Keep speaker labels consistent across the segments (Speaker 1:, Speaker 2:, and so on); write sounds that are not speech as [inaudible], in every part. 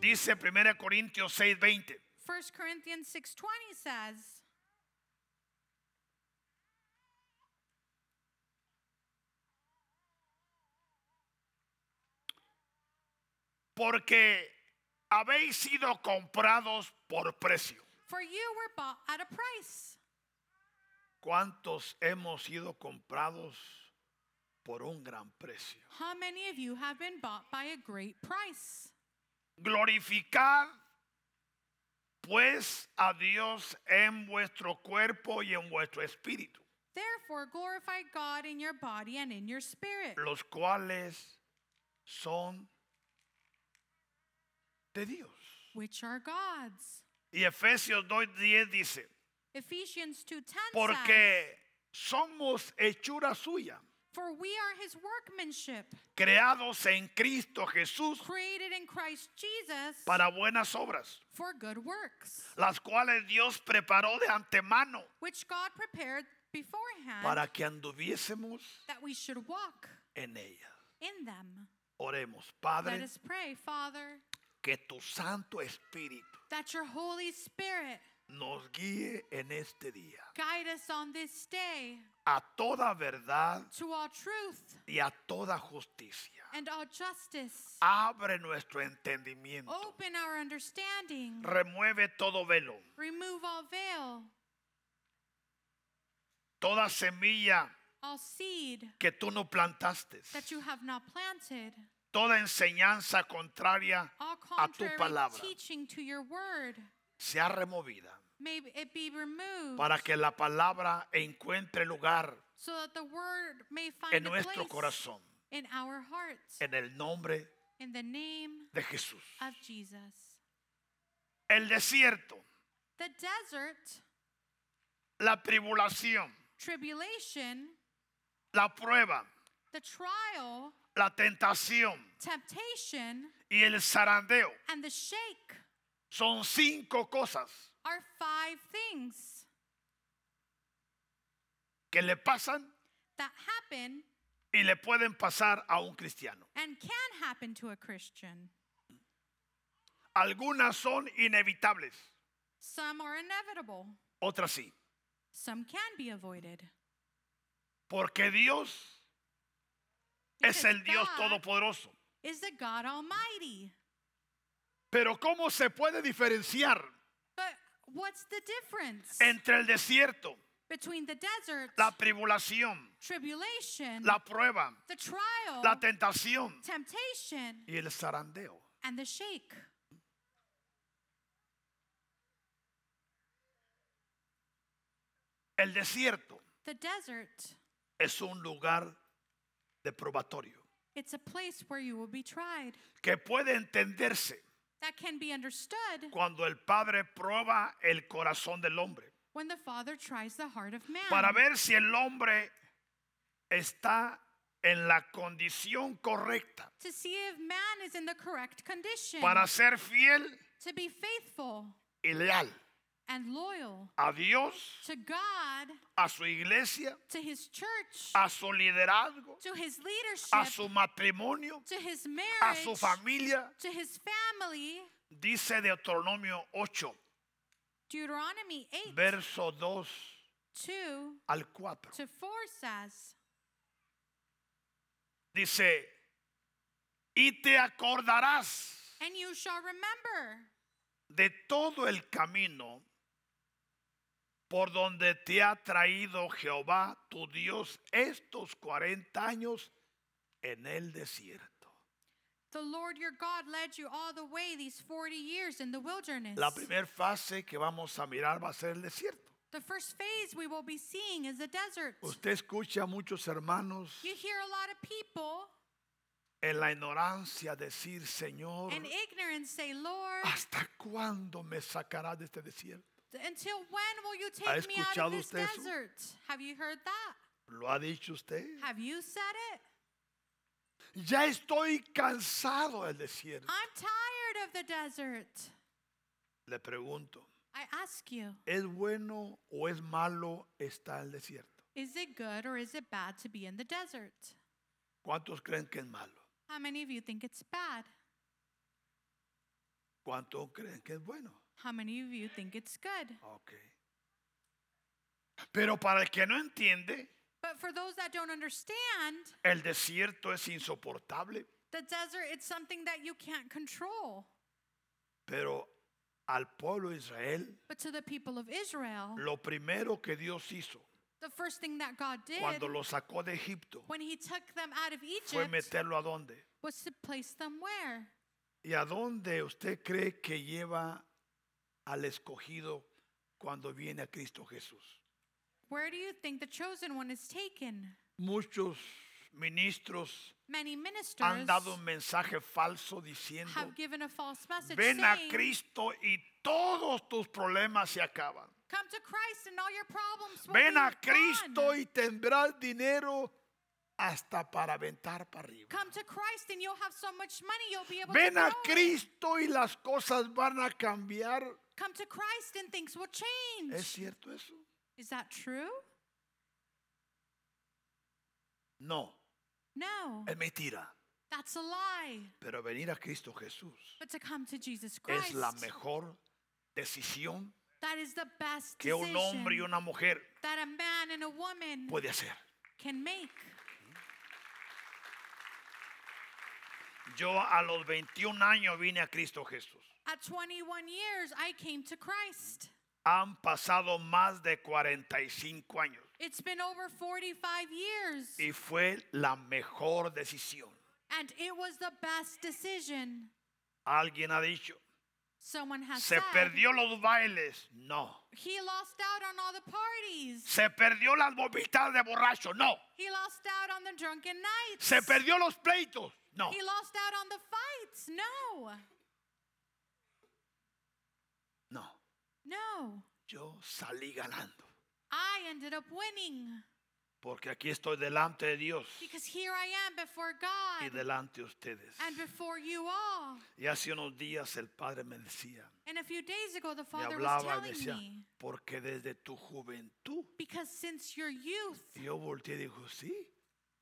Speaker 1: Dice 1 Corintios 6:20.
Speaker 2: 1 Corinthians 6:20 says,
Speaker 1: Porque habéis sido comprados por precio.
Speaker 2: "For you were bought at a price."
Speaker 1: ¿Cuántos hemos sido comprados por un gran precio?
Speaker 2: How many of you have been bought by a great price?
Speaker 1: Glorificad pues a Dios en vuestro cuerpo y en vuestro espíritu,
Speaker 2: Therefore glorify God in your body and in your spirit,
Speaker 1: los cuales son de Dios.
Speaker 2: which are God's.
Speaker 1: Y Efesios 2.10 dice,
Speaker 2: Ephesians 2:10 says,
Speaker 1: porque somos hechura suya,
Speaker 2: "For we are his workmanship,
Speaker 1: creados en Cristo Jesús
Speaker 2: created in Christ Jesus
Speaker 1: para buenas obras,
Speaker 2: for good works,
Speaker 1: las cuales Dios preparó de antemano
Speaker 2: which God prepared beforehand
Speaker 1: para que anduviésemos
Speaker 2: that we should walk
Speaker 1: en ellas.
Speaker 2: in them."
Speaker 1: Oremos,
Speaker 2: Let
Speaker 1: Padre,
Speaker 2: us pray, Father,
Speaker 1: que tu Santo Espíritu
Speaker 2: that your Holy Spirit
Speaker 1: nos guíe en este día
Speaker 2: guide us on this day
Speaker 1: a toda verdad
Speaker 2: to all truth
Speaker 1: y a toda justicia.
Speaker 2: and all justice.
Speaker 1: Abre nuestro entendimiento,
Speaker 2: Open our understanding,
Speaker 1: remueve todo velo,
Speaker 2: remove all veil,
Speaker 1: toda semilla
Speaker 2: all seed
Speaker 1: que tú no plantaste,
Speaker 2: that you have not planted,
Speaker 1: toda enseñanza contraria
Speaker 2: all
Speaker 1: a tu
Speaker 2: contrary
Speaker 1: palabra
Speaker 2: teaching to your word.
Speaker 1: sea removida
Speaker 2: May it be removed
Speaker 1: para que la palabra encuentre lugar
Speaker 2: so that the word may find
Speaker 1: en
Speaker 2: a
Speaker 1: nuestro
Speaker 2: place
Speaker 1: corazón,
Speaker 2: in our hearts.
Speaker 1: en el nombre
Speaker 2: in the name
Speaker 1: de Jesús.
Speaker 2: of Jesus.
Speaker 1: El desierto,
Speaker 2: The desert,
Speaker 1: la tribulación,
Speaker 2: tribulation,
Speaker 1: la prueba,
Speaker 2: the trial,
Speaker 1: la tentación
Speaker 2: temptation,
Speaker 1: y el zarandeo
Speaker 2: and the shake
Speaker 1: son cinco cosas
Speaker 2: are five things
Speaker 1: que le pasan
Speaker 2: that happen
Speaker 1: y le pueden pasar a un cristiano.
Speaker 2: and can happen to a Christian.
Speaker 1: Algunas son inevitables,
Speaker 2: Some are inevitable,
Speaker 1: otras sí.
Speaker 2: some can be avoided.
Speaker 1: Porque Dios es
Speaker 2: Because
Speaker 1: el Dios
Speaker 2: God
Speaker 1: todopoderoso.
Speaker 2: Is the God Almighty.
Speaker 1: Pero ¿cómo se puede diferenciar
Speaker 2: But what's the difference
Speaker 1: entre el desierto,
Speaker 2: between the desert,
Speaker 1: la tribulación,
Speaker 2: tribulation,
Speaker 1: la prueba,
Speaker 2: the trial,
Speaker 1: la tentación
Speaker 2: temptation,
Speaker 1: y el zarandeo?
Speaker 2: and the shake?
Speaker 1: El desierto
Speaker 2: The desert,
Speaker 1: es un lugar de probatorio
Speaker 2: it's a place where you will be tried.
Speaker 1: que puede entenderse
Speaker 2: That can be understood
Speaker 1: cuando el Padre prueba el corazón del hombre
Speaker 2: when the Father tries the heart of man.
Speaker 1: para ver si el hombre está en la condición correcta
Speaker 2: to see if man is in the correct condition
Speaker 1: para ser fiel
Speaker 2: to be faithful
Speaker 1: y leal
Speaker 2: and loyal
Speaker 1: a Dios,
Speaker 2: to God,
Speaker 1: a su iglesia,
Speaker 2: to his church,
Speaker 1: a su liderazgo,
Speaker 2: to his
Speaker 1: a
Speaker 2: leadership,
Speaker 1: su matrimonio,
Speaker 2: to his
Speaker 1: a su
Speaker 2: marriage,
Speaker 1: familia.
Speaker 2: to his family.
Speaker 1: Dice Deuteronomio 8,
Speaker 2: Deuteronomy 8
Speaker 1: verso 2
Speaker 2: 2
Speaker 1: al 4.
Speaker 2: to 4 says,
Speaker 1: Dice, y te acordarás
Speaker 2: And you shall remember
Speaker 1: de todo el camino por donde te ha traído Jehová tu Dios estos 40 años en el desierto.
Speaker 2: the Lord your God led you all the way these 40 years in the wilderness.
Speaker 1: La primera fase que vamos a mirar va a ser el desierto.
Speaker 2: The first phase we will be seeing is the desert.
Speaker 1: Usted escucha a muchos hermanos
Speaker 2: You hear a lot of people
Speaker 1: en la ignorancia decir, Señor,
Speaker 2: in ignorance say, Lord,
Speaker 1: ¿hasta cuándo me sacará de este desierto?
Speaker 2: until when will you
Speaker 1: ¿Ha
Speaker 2: take me out
Speaker 1: escuchado
Speaker 2: of this
Speaker 1: usted eso?
Speaker 2: desert? Have you heard that?
Speaker 1: ¿Lo ha dicho usted?
Speaker 2: Have you said it?
Speaker 1: Ya estoy cansado del desierto.
Speaker 2: I'm tired of the desert.
Speaker 1: Le pregunto,
Speaker 2: I ask you,
Speaker 1: ¿es bueno o es malo estar en el desierto?
Speaker 2: is it good or is it bad to be in the desert?
Speaker 1: ¿Cuántos creen que es malo?
Speaker 2: How many of you think it's bad?
Speaker 1: ¿Cuántos creen que es bueno?
Speaker 2: How many of you think it's good?
Speaker 1: Ok. Pero para el que no entiende,
Speaker 2: But for those that don't understand,
Speaker 1: el desierto es insoportable,
Speaker 2: the desert it's something that you can't control.
Speaker 1: pero al pueblo de Israel,
Speaker 2: But to the people of Israel,
Speaker 1: lo primero que Dios hizo
Speaker 2: the first thing that God did
Speaker 1: cuando lo sacó de Egipto
Speaker 2: when he took them out of
Speaker 1: fue
Speaker 2: Egypt
Speaker 1: meterlo a dónde?
Speaker 2: was to place them where?
Speaker 1: ¿Y a dónde usted cree que lleva al escogido cuando viene a Cristo Jesús?
Speaker 2: Where do you think the chosen one is taken?
Speaker 1: Muchos ministros
Speaker 2: Many ministers
Speaker 1: han dado un mensaje falso diciendo,
Speaker 2: have given a false message
Speaker 1: ven a
Speaker 2: saying,
Speaker 1: Cristo y todos tus problemas se acaban.
Speaker 2: Come to Christ and all your problems will
Speaker 1: Ven
Speaker 2: be
Speaker 1: a Cristo
Speaker 2: gone.
Speaker 1: y tendrás dinero hasta para aventar para arriba.
Speaker 2: Come to Christ and you'll have so much money you'll be able
Speaker 1: Ven
Speaker 2: to
Speaker 1: a
Speaker 2: grow.
Speaker 1: Cristo y las cosas van a cambiar.
Speaker 2: Come to Christ and things will change.
Speaker 1: ¿Es cierto eso?
Speaker 2: Is that true?
Speaker 1: No,
Speaker 2: No.
Speaker 1: es mentira.
Speaker 2: That's a lie.
Speaker 1: Pero venir a Cristo Jesús
Speaker 2: But to come to Jesus Christ,
Speaker 1: es la mejor decisión
Speaker 2: that is the best
Speaker 1: que un hombre y
Speaker 2: decision
Speaker 1: una mujer
Speaker 2: that a man and a woman
Speaker 1: puede hacer.
Speaker 2: can make.
Speaker 1: Yo a los 21 años vine a Cristo Jesús.
Speaker 2: At 21 years, I came to Christ.
Speaker 1: Han pasado más de 45 años
Speaker 2: It's been over 45 years,
Speaker 1: y fue la mejor decisión.
Speaker 2: and it was the best decision.
Speaker 1: Alguien ha dicho,
Speaker 2: Someone has
Speaker 1: se
Speaker 2: said
Speaker 1: perdió los bailes, no.
Speaker 2: he lost out on all the parties.
Speaker 1: Se perdió las bobitas de borracho, no.
Speaker 2: He lost out on the drunken nights.
Speaker 1: Se perdió los pleitos, no.
Speaker 2: He lost out on the fights. No,
Speaker 1: No,
Speaker 2: no.
Speaker 1: yo salí ganando
Speaker 2: I ended up winning
Speaker 1: porque aquí estoy delante de Dios
Speaker 2: because here I am before
Speaker 1: y
Speaker 2: God
Speaker 1: delante de ustedes.
Speaker 2: and before you all.
Speaker 1: Y hace unos días el Padre me decía,
Speaker 2: And a few days ago, the
Speaker 1: me
Speaker 2: Father was
Speaker 1: hablaba y
Speaker 2: telling
Speaker 1: decía,
Speaker 2: me
Speaker 1: porque desde tu juventud.
Speaker 2: because since your
Speaker 1: Y
Speaker 2: youth,
Speaker 1: yo volteé y dijo, sí,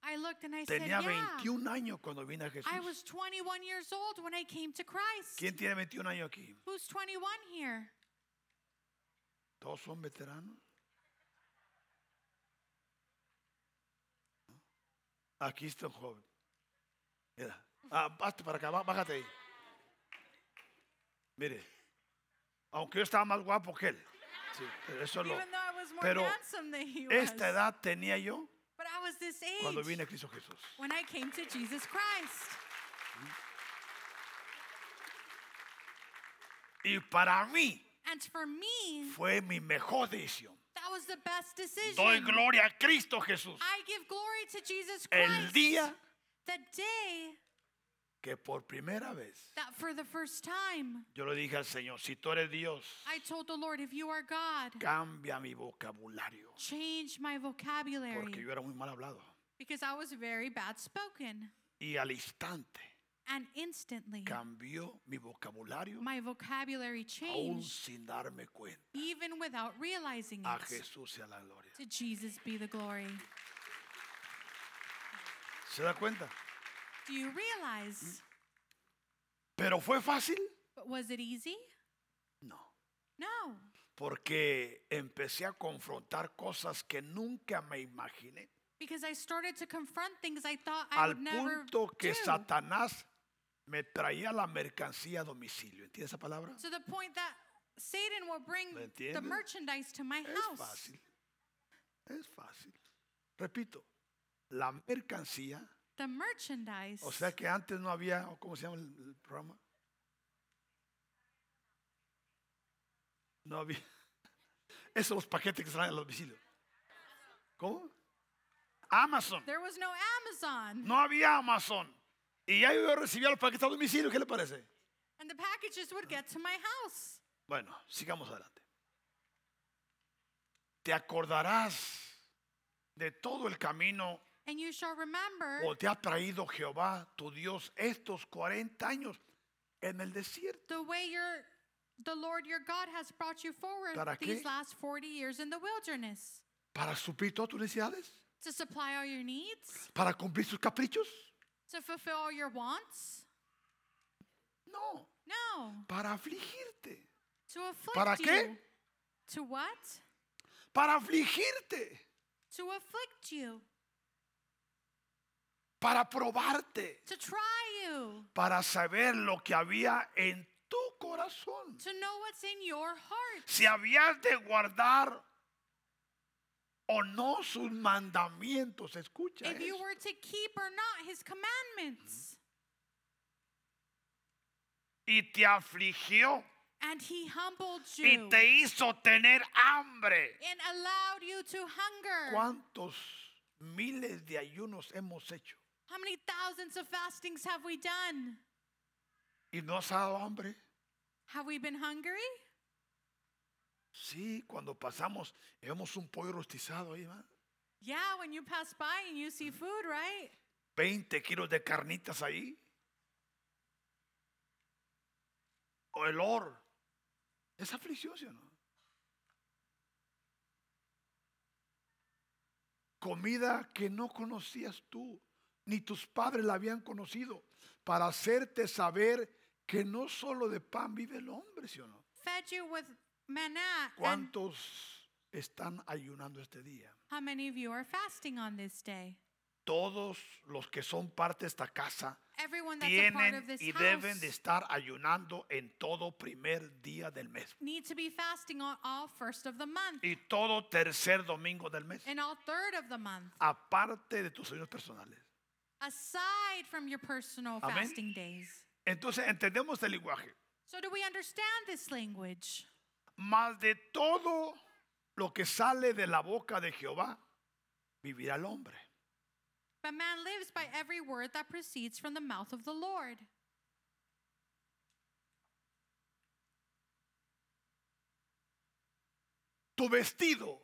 Speaker 2: I looked and I said,
Speaker 1: tenía
Speaker 2: Yeah,
Speaker 1: 21 años cuando vine a Jesús.
Speaker 2: I was 21 years old when I came to Christ.
Speaker 1: ¿Quién tiene 21 años aquí?
Speaker 2: Who's 21 here?
Speaker 1: ¿Todos son veteranos? Aquí está un joven. Mira. Ah, basta para acá, bá- bájate ahí. Mire. Aunque yo estaba más guapo que él. Sí, pero eso es lo.
Speaker 2: Even though I was more
Speaker 1: Pero
Speaker 2: handsome than he was.
Speaker 1: Esta edad tenía yo
Speaker 2: But I was this
Speaker 1: cuando
Speaker 2: age
Speaker 1: vine a Cristo Jesús.
Speaker 2: when I came to Jesus Christ.
Speaker 1: Y para mí
Speaker 2: And for me,
Speaker 1: fue mi mejor decisión.
Speaker 2: that was the best
Speaker 1: Doy
Speaker 2: decision.
Speaker 1: gloria a Cristo Jesús.
Speaker 2: I give glory to Jesus
Speaker 1: El
Speaker 2: Christ.
Speaker 1: día
Speaker 2: The day
Speaker 1: que por primera vez
Speaker 2: that for the first time
Speaker 1: yo le dije al Señor, si tú eres Dios,
Speaker 2: I told the Lord, if you are God,
Speaker 1: cambia mi vocabulario.
Speaker 2: change my
Speaker 1: Porque
Speaker 2: vocabulary
Speaker 1: yo era muy mal hablado.
Speaker 2: because I was very bad spoken.
Speaker 1: Y al instante
Speaker 2: And instantly,
Speaker 1: cambió mi vocabulario,
Speaker 2: my vocabulary
Speaker 1: aún
Speaker 2: changed
Speaker 1: sin darme cuenta.
Speaker 2: even without realizing
Speaker 1: A
Speaker 2: it.
Speaker 1: Jesús sea la gloria.
Speaker 2: To Jesus be the glory.
Speaker 1: ¿Se da cuenta?
Speaker 2: Do you realize?
Speaker 1: ¿Pero fue fácil?
Speaker 2: But was it easy?
Speaker 1: No.
Speaker 2: No.
Speaker 1: Porque empecé a confrontar cosas que nunca me imaginé.
Speaker 2: Because I started to confront things I thought I
Speaker 1: Al
Speaker 2: would never
Speaker 1: punto que
Speaker 2: do.
Speaker 1: Satanás me traía la mercancía a domicilio. ¿Entiendes esa palabra?
Speaker 2: To the point that Satan will
Speaker 1: ¿Me
Speaker 2: bring the
Speaker 1: entiendes?
Speaker 2: merchandise to my
Speaker 1: Es
Speaker 2: house.
Speaker 1: fácil. Es fácil. Repito, la mercancía
Speaker 2: The merchandise.
Speaker 1: O sea que antes no había, o ¿cómo se llama el, el programa? No había. [laughs] Esos son los paquetes que salen a los domicilios. ¿Cómo? Amazon.
Speaker 2: There was no Amazon.
Speaker 1: No había Amazon. Y ya yo recibía los paquetes a domicilio. ¿Qué le parece?
Speaker 2: And the packages would get to my house.
Speaker 1: Bueno, sigamos adelante. Te acordarás de todo el camino
Speaker 2: And you shall remember
Speaker 1: o te ha traído Jehová, tu Dios, estos 40 años en el desierto.
Speaker 2: the way your the Lord your God has brought you forward
Speaker 1: ¿Para
Speaker 2: these
Speaker 1: qué?
Speaker 2: last 40 years in the wilderness
Speaker 1: para suplir todas tus necesidades,
Speaker 2: to supply all your needs,
Speaker 1: para cumplir sus caprichos.
Speaker 2: to fulfill all your wants.
Speaker 1: No,
Speaker 2: No,
Speaker 1: para afligirte.
Speaker 2: to afflict
Speaker 1: ¿Para
Speaker 2: you.
Speaker 1: qué?
Speaker 2: To what?
Speaker 1: Para afligirte.
Speaker 2: To afflict you.
Speaker 1: Para probarte.
Speaker 2: To try you.
Speaker 1: Para saber lo que había en tu corazón.
Speaker 2: To know what's in your heart.
Speaker 1: Si habías de guardar o no sus mandamientos. Escucha.
Speaker 2: If you
Speaker 1: esto.
Speaker 2: were to keep or not his commandments.
Speaker 1: Y te afligió.
Speaker 2: And he humbled
Speaker 1: Y
Speaker 2: you.
Speaker 1: te hizo tener hambre.
Speaker 2: And allowed you to hunger.
Speaker 1: ¿Cuántos miles de ayunos hemos hecho?
Speaker 2: How many thousands of fastings have we done?
Speaker 1: ¿Y no has dado hambre?
Speaker 2: Have we been hungry?
Speaker 1: Sí, cuando pasamos, vemos un pollo rostizado ahí, ¿va?
Speaker 2: Yeah, when you pass by and you see food, right?
Speaker 1: 20 kilos de carnitas ahí. O el oro. Es aflicción, ¿sí o no? Comida que no conocías tú, ni tus padres la habían conocido, para hacerte saber que no solo de pan vive el hombre, ¿sí o no?
Speaker 2: Fed you with manna. And
Speaker 1: ¿Cuántos están ayunando este día?
Speaker 2: how many of you are fasting on this day?
Speaker 1: Todos los que son parte de esta casa
Speaker 2: Everyone that's a part
Speaker 1: tienen
Speaker 2: of this
Speaker 1: y deben de
Speaker 2: house
Speaker 1: estar ayunando en todo primer día del mes
Speaker 2: need to be fasting on all first of the month
Speaker 1: y todo tercer domingo del mes,
Speaker 2: and all third of the month,
Speaker 1: aparte de tus ayunos personales.
Speaker 2: aside from your personal
Speaker 1: Amén.
Speaker 2: fasting days.
Speaker 1: Entonces entendemos el lenguaje.
Speaker 2: So, do we understand this language?
Speaker 1: Más de todo lo que sale de la boca de Jehová, vivirá el hombre.
Speaker 2: But man lives by every word that proceeds from the mouth of the Lord.
Speaker 1: Tu vestido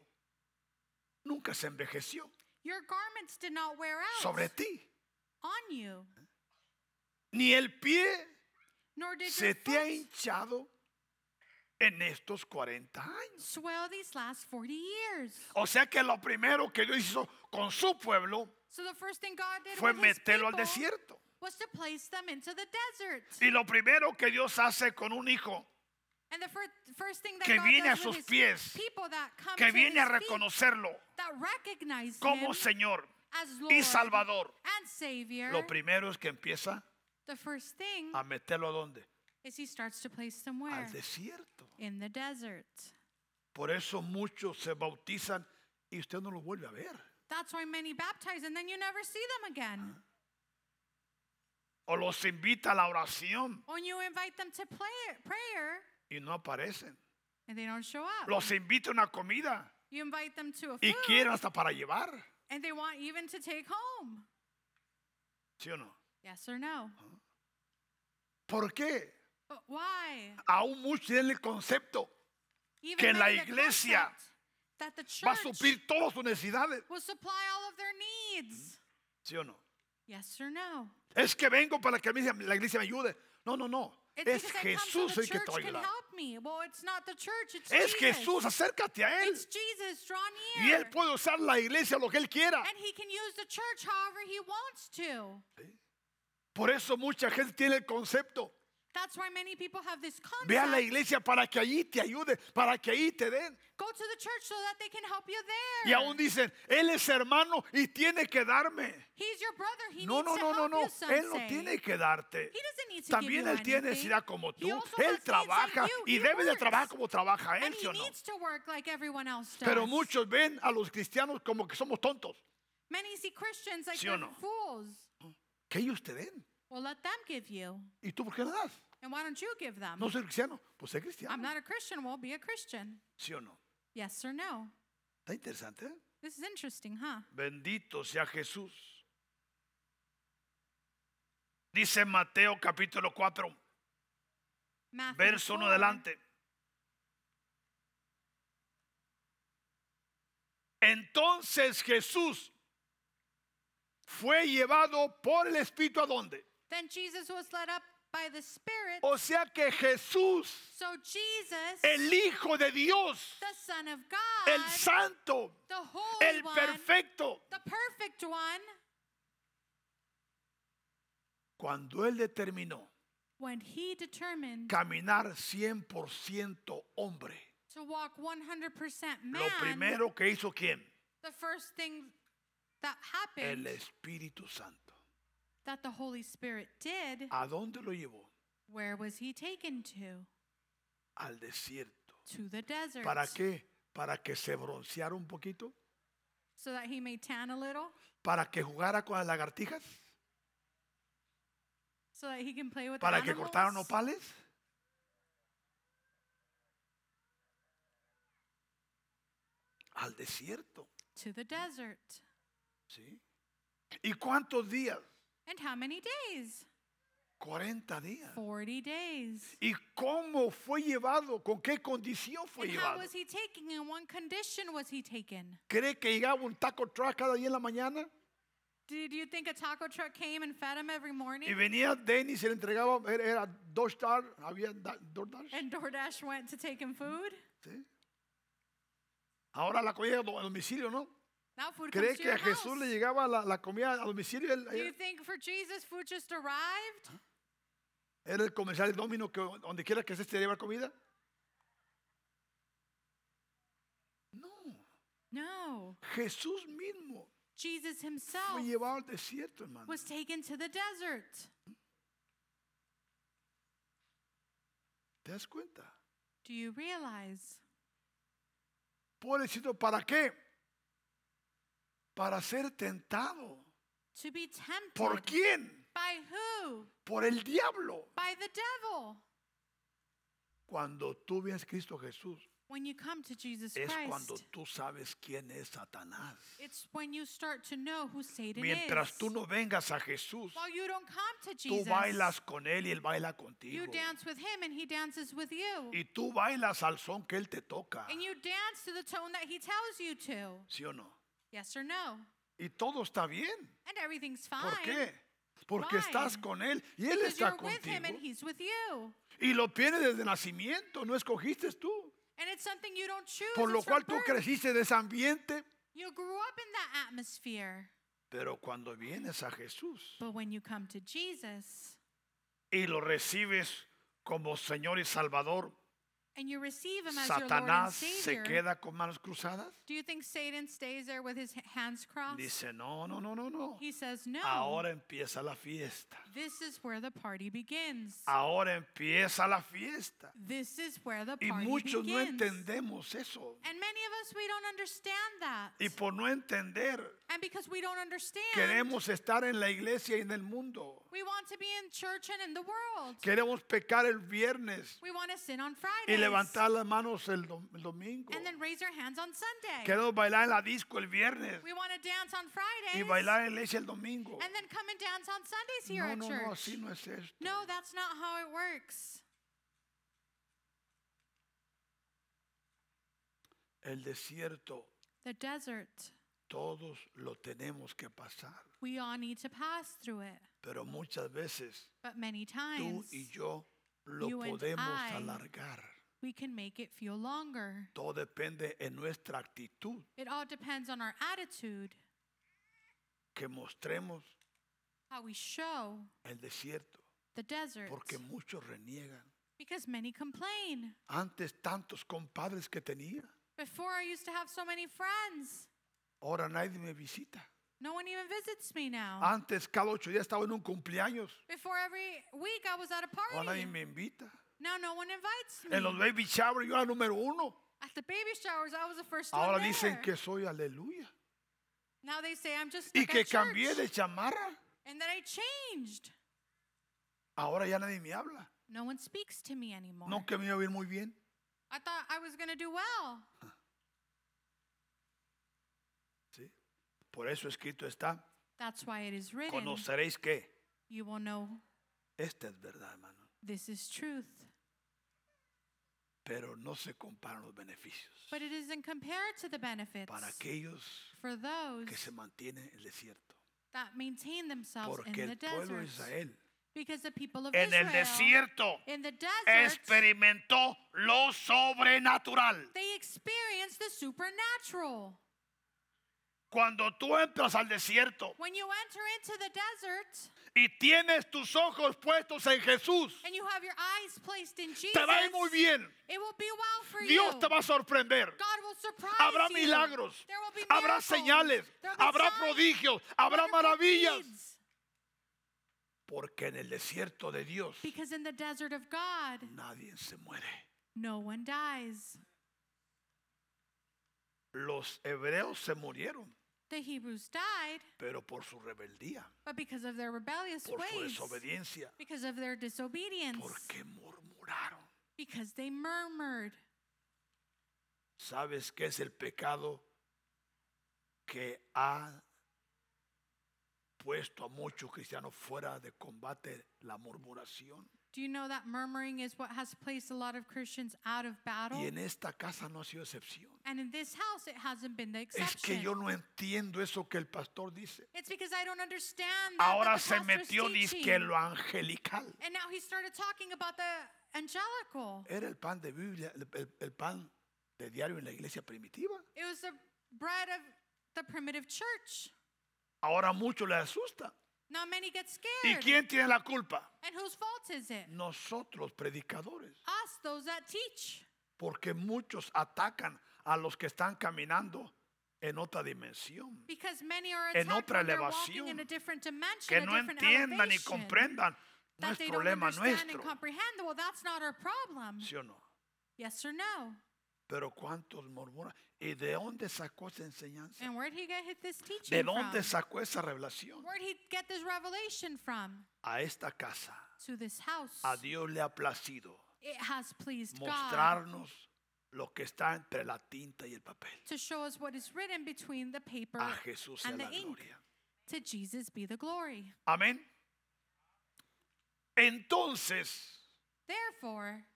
Speaker 1: nunca se envejeció
Speaker 2: Your garments did not wear out
Speaker 1: sobre ti,
Speaker 2: on you,
Speaker 1: ni el pie
Speaker 2: nor did
Speaker 1: se
Speaker 2: your
Speaker 1: te ha
Speaker 2: foot
Speaker 1: hinchado en estos 40 años.
Speaker 2: swell these last 40 years.
Speaker 1: O sea que lo primero que Dios hizo con su pueblo
Speaker 2: So the first thing God did
Speaker 1: fue
Speaker 2: with his
Speaker 1: meterlo al
Speaker 2: people
Speaker 1: desierto.
Speaker 2: was to place them into the desert.
Speaker 1: Y lo primero que Dios hace con un hijo
Speaker 2: and the fir- first thing that
Speaker 1: que
Speaker 2: God
Speaker 1: viene a
Speaker 2: does with
Speaker 1: sus
Speaker 2: his
Speaker 1: pies,
Speaker 2: people that come
Speaker 1: que
Speaker 2: to
Speaker 1: viene a
Speaker 2: his feet,
Speaker 1: reconocerlo
Speaker 2: that recognize
Speaker 1: como
Speaker 2: him
Speaker 1: Señor
Speaker 2: as Lord
Speaker 1: y Salvador,
Speaker 2: and Savior,
Speaker 1: lo primero es que empieza
Speaker 2: the first thing
Speaker 1: a meterlo a dónde?
Speaker 2: is he starts to place them where?
Speaker 1: Al desierto.
Speaker 2: In the desert.
Speaker 1: Por eso muchos se bautizan y usted no los vuelve a ver.
Speaker 2: That's why many baptize and then you never see them again.
Speaker 1: O los invita a la oración
Speaker 2: When you invite them to play- prayer
Speaker 1: y no aparecen.
Speaker 2: and they don't show up.
Speaker 1: Los invita a una comida
Speaker 2: You invite them to a
Speaker 1: y
Speaker 2: food
Speaker 1: quieren hasta para llevar.
Speaker 2: and they want even to take home.
Speaker 1: ¿Sí o no?
Speaker 2: Yes or no?
Speaker 1: ¿Por qué?
Speaker 2: But why?
Speaker 1: Aún muchos tienen el concepto
Speaker 2: Even
Speaker 1: Que la
Speaker 2: many of the
Speaker 1: iglesia
Speaker 2: concept that the
Speaker 1: va a
Speaker 2: church
Speaker 1: suplir todas sus necesidades.
Speaker 2: will supply all of their needs.
Speaker 1: ¿Sí o no?
Speaker 2: Yes or no?
Speaker 1: Es que vengo para que la iglesia- la iglesia me ayude. No, no, no.
Speaker 2: It's
Speaker 1: Es
Speaker 2: because I come
Speaker 1: Jesús
Speaker 2: so the
Speaker 1: el que
Speaker 2: church
Speaker 1: te va a
Speaker 2: can
Speaker 1: ayudar.
Speaker 2: help me. Well, it's not the church, it's
Speaker 1: Es
Speaker 2: Jesus.
Speaker 1: Jesús, acércate a Él.
Speaker 2: It's Jesus, draw
Speaker 1: Y
Speaker 2: near.
Speaker 1: Él puede usar la iglesia lo que Él quiera.
Speaker 2: And he can use the church however he wants to.
Speaker 1: Por eso mucha gente tiene el concepto.
Speaker 2: That's why many people have this concept.
Speaker 1: Ve a la iglesia para que allí te ayude, para que allí te den.
Speaker 2: Go to the church so that they can help you
Speaker 1: Y
Speaker 2: there.
Speaker 1: aún dicen, Él es hermano y tiene que darme.
Speaker 2: He's your brother. He
Speaker 1: No, no,
Speaker 2: needs
Speaker 1: no,
Speaker 2: to
Speaker 1: no,
Speaker 2: help
Speaker 1: no.
Speaker 2: you some
Speaker 1: Él no
Speaker 2: say.
Speaker 1: tiene que darte.
Speaker 2: He doesn't need to give
Speaker 1: También
Speaker 2: you
Speaker 1: él tiene
Speaker 2: anything.
Speaker 1: necesidad como
Speaker 2: He
Speaker 1: tú.
Speaker 2: also
Speaker 1: Él
Speaker 2: has needs like
Speaker 1: trabaja
Speaker 2: you.
Speaker 1: y
Speaker 2: He
Speaker 1: debe de
Speaker 2: works.
Speaker 1: trabajar como trabaja él,
Speaker 2: And
Speaker 1: ¿sí
Speaker 2: he
Speaker 1: o no?
Speaker 2: needs to work like everyone else does.
Speaker 1: Pero muchos ven a los cristianos como que somos tontos.
Speaker 2: Many see Christians like
Speaker 1: ¿Sí o
Speaker 2: they're
Speaker 1: no?
Speaker 2: fools.
Speaker 1: Que ellos te den.
Speaker 2: Well, let them give you.
Speaker 1: ¿Y tú por qué no das?
Speaker 2: And why don't you give them?
Speaker 1: No soy cristiano. Pues sé
Speaker 2: I'm
Speaker 1: cristiano.
Speaker 2: not a Christian. Well, be a Christian.
Speaker 1: ¿Sí o no?
Speaker 2: Yes or no?
Speaker 1: Está interesante. ¿eh?
Speaker 2: This is interesting, huh?
Speaker 1: Bendito sea Jesús. Dice Mateo capítulo 4,
Speaker 2: Matthew
Speaker 1: verso 1
Speaker 2: 4.
Speaker 1: adelante. Entonces Jesús fue llevado por el Espíritu a dónde?
Speaker 2: Then Jesus was led up by the Spirit.
Speaker 1: O sea que Jesús,
Speaker 2: So Jesus,
Speaker 1: Oh. el Hijo de Dios,
Speaker 2: the Son of God,
Speaker 1: el Santo,
Speaker 2: the Holy
Speaker 1: el
Speaker 2: One,
Speaker 1: Perfecto,
Speaker 2: the Perfect One,
Speaker 1: cuando Él determinó
Speaker 2: when he determined
Speaker 1: caminar 100% hombre.
Speaker 2: to walk 100%
Speaker 1: Lo
Speaker 2: man,
Speaker 1: primero que hizo quién?
Speaker 2: the first thing that
Speaker 1: El
Speaker 2: happened
Speaker 1: Espíritu Santo.
Speaker 2: that the Holy Spirit did,
Speaker 1: ¿A dónde lo llevó?
Speaker 2: where was he taken to?
Speaker 1: Al desierto.
Speaker 2: To the desert.
Speaker 1: ¿Para qué? Para que se bronceara un poquito,
Speaker 2: So that he may tan a little,
Speaker 1: para que jugara con las lagartijas,
Speaker 2: so that he can play with
Speaker 1: para que
Speaker 2: animals.
Speaker 1: cortara nopales. Al desierto,
Speaker 2: To the desert.
Speaker 1: ¿sí? ¿Y cuántos días?
Speaker 2: And how many days?
Speaker 1: 40 días.
Speaker 2: 40 days.
Speaker 1: ¿Y cómo fue llevado? ¿Con qué condición fue
Speaker 2: And how
Speaker 1: llevado?
Speaker 2: was he taken? In what condition was he taken?
Speaker 1: ¿Cree que llegaba un taco truck cada día en la mañana?
Speaker 2: Did you think a taco truck came and fed him every morning?
Speaker 1: Y venía Dennis y le entregaba, era, era Dorstar, había da- DoorDash,
Speaker 2: And DoorDash went to take him food?
Speaker 1: ¿sí? Ahora la comida a do- a domicilio, ¿no?
Speaker 2: Now food
Speaker 1: ¿Cree
Speaker 2: comes to
Speaker 1: que
Speaker 2: your
Speaker 1: a Jesús
Speaker 2: house.
Speaker 1: le llegaba la, la comida a domicilio? y él-
Speaker 2: Do you
Speaker 1: Era,
Speaker 2: think for Jesus food just arrived?
Speaker 1: era el comercial domino que donde quiera que se te lleva comida. No,
Speaker 2: No.
Speaker 1: Jesús mismo
Speaker 2: Jesus himself
Speaker 1: fue llevado al desierto, hermano.
Speaker 2: was taken to the desert.
Speaker 1: ¿Te das cuenta?
Speaker 2: Do you realize?
Speaker 1: Pobrecito, ¿para qué? Para ser tentado.
Speaker 2: To be tempted.
Speaker 1: ¿Por quién?
Speaker 2: By who?
Speaker 1: Por el diablo.
Speaker 2: By the devil.
Speaker 1: Cuando tú ves a Cristo Jesús,
Speaker 2: When you come to Jesus
Speaker 1: es
Speaker 2: Christ,
Speaker 1: cuando tú sabes quién es Satanás.
Speaker 2: it's when you start to know who Satan
Speaker 1: Mientras
Speaker 2: is.
Speaker 1: tú no vengas a Jesús,
Speaker 2: While you don't come to
Speaker 1: tú
Speaker 2: Jesus,
Speaker 1: bailas con Él y Él baila
Speaker 2: you
Speaker 1: contigo.
Speaker 2: dance with him and he dances with you.
Speaker 1: Y tú bailas al son que Él te toca.
Speaker 2: And you dance to the tone that he tells you to.
Speaker 1: ¿Sí o no?
Speaker 2: Yes or no?
Speaker 1: Y todo está bien.
Speaker 2: And everything's fine.
Speaker 1: ¿Por qué? Porque estás
Speaker 2: Why?
Speaker 1: con Él y Él
Speaker 2: Because
Speaker 1: está
Speaker 2: you're with him and
Speaker 1: contigo.
Speaker 2: he's with you.
Speaker 1: Y lo tienes desde nacimiento, no escogiste tú.
Speaker 2: And it's something you don't choose.
Speaker 1: Por lo
Speaker 2: it's from
Speaker 1: cual tú
Speaker 2: birth.
Speaker 1: creciste de ese ambiente.
Speaker 2: You grew up in that atmosphere.
Speaker 1: Pero cuando vienes a Jesús
Speaker 2: But when you come to Jesus
Speaker 1: y lo recibes como Señor y Salvador,
Speaker 2: and you receive him as your Lord and
Speaker 1: Satanás se
Speaker 2: Savior,
Speaker 1: queda con manos cruzadas.
Speaker 2: do you think Satan stays there with his h- hands crossed?
Speaker 1: Dice, no, no, no, no, no.
Speaker 2: he says, No.
Speaker 1: Ahora empieza la fiesta.
Speaker 2: This is where the party begins.
Speaker 1: Ahora empieza la fiesta.
Speaker 2: This is where the
Speaker 1: Y
Speaker 2: party
Speaker 1: muchos no
Speaker 2: begins.
Speaker 1: entendemos eso.
Speaker 2: and many of us, we don't understand that.
Speaker 1: Y por no entender,
Speaker 2: and because we don't understand,
Speaker 1: queremos estar en la iglesia y en el mundo.
Speaker 2: we want to be in church and in the world.
Speaker 1: Queremos pecar el viernes
Speaker 2: We want to sin on
Speaker 1: y
Speaker 2: Fridays.
Speaker 1: levantar las manos el dom- el domingo.
Speaker 2: and then raise our hands on Sunday.
Speaker 1: Queremos bailar en la disco el viernes
Speaker 2: we want to dance on
Speaker 1: y
Speaker 2: Fridays.
Speaker 1: bailar en la iglesia el domingo.
Speaker 2: and then come and dance on Sundays here
Speaker 1: No,
Speaker 2: at
Speaker 1: no,
Speaker 2: church.
Speaker 1: no, así no es esto.
Speaker 2: No, that's not how it works.
Speaker 1: El desierto
Speaker 2: The desert,
Speaker 1: todos lo tenemos que pasar,
Speaker 2: we all need to pass through it.
Speaker 1: pero muchas veces
Speaker 2: But many
Speaker 1: tú
Speaker 2: times,
Speaker 1: y yo lo
Speaker 2: You and
Speaker 1: podemos
Speaker 2: I.
Speaker 1: alargar.
Speaker 2: we can make it feel longer.
Speaker 1: Todo depende en nuestra actitud
Speaker 2: It all depends on our attitude,
Speaker 1: que mostremos
Speaker 2: how we show
Speaker 1: el desierto,
Speaker 2: the desert.
Speaker 1: porque muchos reniegan.
Speaker 2: Because many complain.
Speaker 1: Antes tantos compadres que tenía,
Speaker 2: Before I used to have so many friends.
Speaker 1: ahora nadie me visita.
Speaker 2: No one even visits me now.
Speaker 1: Antes cada ocho días estaba en un cumpleaños,
Speaker 2: Before every week I was at a
Speaker 1: ahora
Speaker 2: party.
Speaker 1: nadie me invita.
Speaker 2: Now no one invites me.
Speaker 1: En los baby shower yo era número uno.
Speaker 2: At the baby showers I was the first
Speaker 1: Ahora
Speaker 2: one there.
Speaker 1: dicen que soy aleluya.
Speaker 2: now they say I'm just
Speaker 1: Y
Speaker 2: stuck
Speaker 1: que
Speaker 2: at church
Speaker 1: cambié de chamarra.
Speaker 2: and that I changed.
Speaker 1: Ahora ya nadie me habla.
Speaker 2: No one speaks to me anymore.
Speaker 1: No que me iba a ir muy bien.
Speaker 2: I thought I was going to do well.
Speaker 1: ¿sí? Por eso escrito está.
Speaker 2: That's why it is written.
Speaker 1: Conoceréis que
Speaker 2: You will know
Speaker 1: esta es verdad, hermano.
Speaker 2: this is truth.
Speaker 1: Pero no se comparan los beneficios
Speaker 2: But it isn't compared to the benefits
Speaker 1: para aquellos
Speaker 2: for those
Speaker 1: que se mantienen en el desierto.
Speaker 2: that maintain themselves
Speaker 1: Porque
Speaker 2: in the
Speaker 1: el pueblo de
Speaker 2: desert.
Speaker 1: Israel
Speaker 2: Because the people of
Speaker 1: en
Speaker 2: Israel
Speaker 1: el desierto
Speaker 2: in the desert
Speaker 1: experimentó lo sobrenatural.
Speaker 2: they experience the supernatural.
Speaker 1: Cuando tú entras al desierto
Speaker 2: When you enter into the desert
Speaker 1: y tienes tus ojos puestos en Jesús,
Speaker 2: and you have your eyes placed in Jesus,
Speaker 1: te va a ir muy bien.
Speaker 2: it will be well for
Speaker 1: Dios
Speaker 2: you.
Speaker 1: te va a sorprender.
Speaker 2: God will surprise
Speaker 1: Habrá
Speaker 2: you.
Speaker 1: milagros,
Speaker 2: There will be
Speaker 1: habrá
Speaker 2: miracles.
Speaker 1: señales,
Speaker 2: There will be
Speaker 1: habrá
Speaker 2: signs,
Speaker 1: prodigios, habrá
Speaker 2: wonderful
Speaker 1: maravillas.
Speaker 2: deeds.
Speaker 1: Porque en el desierto de Dios
Speaker 2: Because in the desert of God,
Speaker 1: nadie se muere.
Speaker 2: no one dies.
Speaker 1: Los hebreos se murieron,
Speaker 2: The Hebrews died,
Speaker 1: pero por su rebeldía,
Speaker 2: but because of their rebellious
Speaker 1: por su
Speaker 2: ways,
Speaker 1: desobediencia,
Speaker 2: because of their disobedience,
Speaker 1: porque murmuraron.
Speaker 2: because they murmured.
Speaker 1: ¿Sabes qué es el pecado que ha puesto a muchos cristianos fuera de combate? La murmuración.
Speaker 2: Do you know that murmuring is what has placed a lot of Christians out of battle?
Speaker 1: Y en esta casa no ha sido excepción.
Speaker 2: And in this house, it hasn't been the
Speaker 1: Es
Speaker 2: exception.
Speaker 1: que yo no entiendo eso que el pastor dice.
Speaker 2: It's because I don't understand that,
Speaker 1: Ahora
Speaker 2: that the
Speaker 1: se
Speaker 2: pastor's
Speaker 1: metió
Speaker 2: teaching.
Speaker 1: disque lo angelical.
Speaker 2: And now he started talking about the angelical.
Speaker 1: Era el pan de Biblia, el, el- el pan de diario en la iglesia primitiva.
Speaker 2: It was the bread of the primitive church.
Speaker 1: Ahora mucho le asusta.
Speaker 2: Now many get
Speaker 1: ¿Y
Speaker 2: scared.
Speaker 1: quién tiene la culpa?
Speaker 2: And whose fault is it?
Speaker 1: Nosotros, predicadores.
Speaker 2: Us, those that teach.
Speaker 1: Porque muchos atacan a los que están caminando en otra dimensión.
Speaker 2: Because many are
Speaker 1: En
Speaker 2: attacked
Speaker 1: otra
Speaker 2: when they're walking in
Speaker 1: elevación
Speaker 2: a different dimension,
Speaker 1: Que
Speaker 2: a
Speaker 1: no
Speaker 2: different
Speaker 1: entiendan ni
Speaker 2: elevation,
Speaker 1: comprendan. No
Speaker 2: that
Speaker 1: es
Speaker 2: they don't
Speaker 1: problema
Speaker 2: understand and
Speaker 1: nuestro.
Speaker 2: comprehend. Well, that's not our problem.
Speaker 1: ¿Sí o no?
Speaker 2: Yes or no?
Speaker 1: Pero cuántos murmuran. ¿Y de dónde sacó esa enseñanza?
Speaker 2: And where'd he get hit this teaching
Speaker 1: ¿De
Speaker 2: from?
Speaker 1: dónde sacó esa revelación?
Speaker 2: Where'd he get this revelation from?
Speaker 1: A esta casa.
Speaker 2: To this house.
Speaker 1: A Dios le ha placido
Speaker 2: It has pleased God
Speaker 1: mostrarnos lo que está entre la tinta y el papel.
Speaker 2: to show us what is written between the paper
Speaker 1: A Jesús sea
Speaker 2: and
Speaker 1: la
Speaker 2: the ink.
Speaker 1: gloria.
Speaker 2: To Jesus be the glory.
Speaker 1: Amén. Entonces,
Speaker 2: Therefore,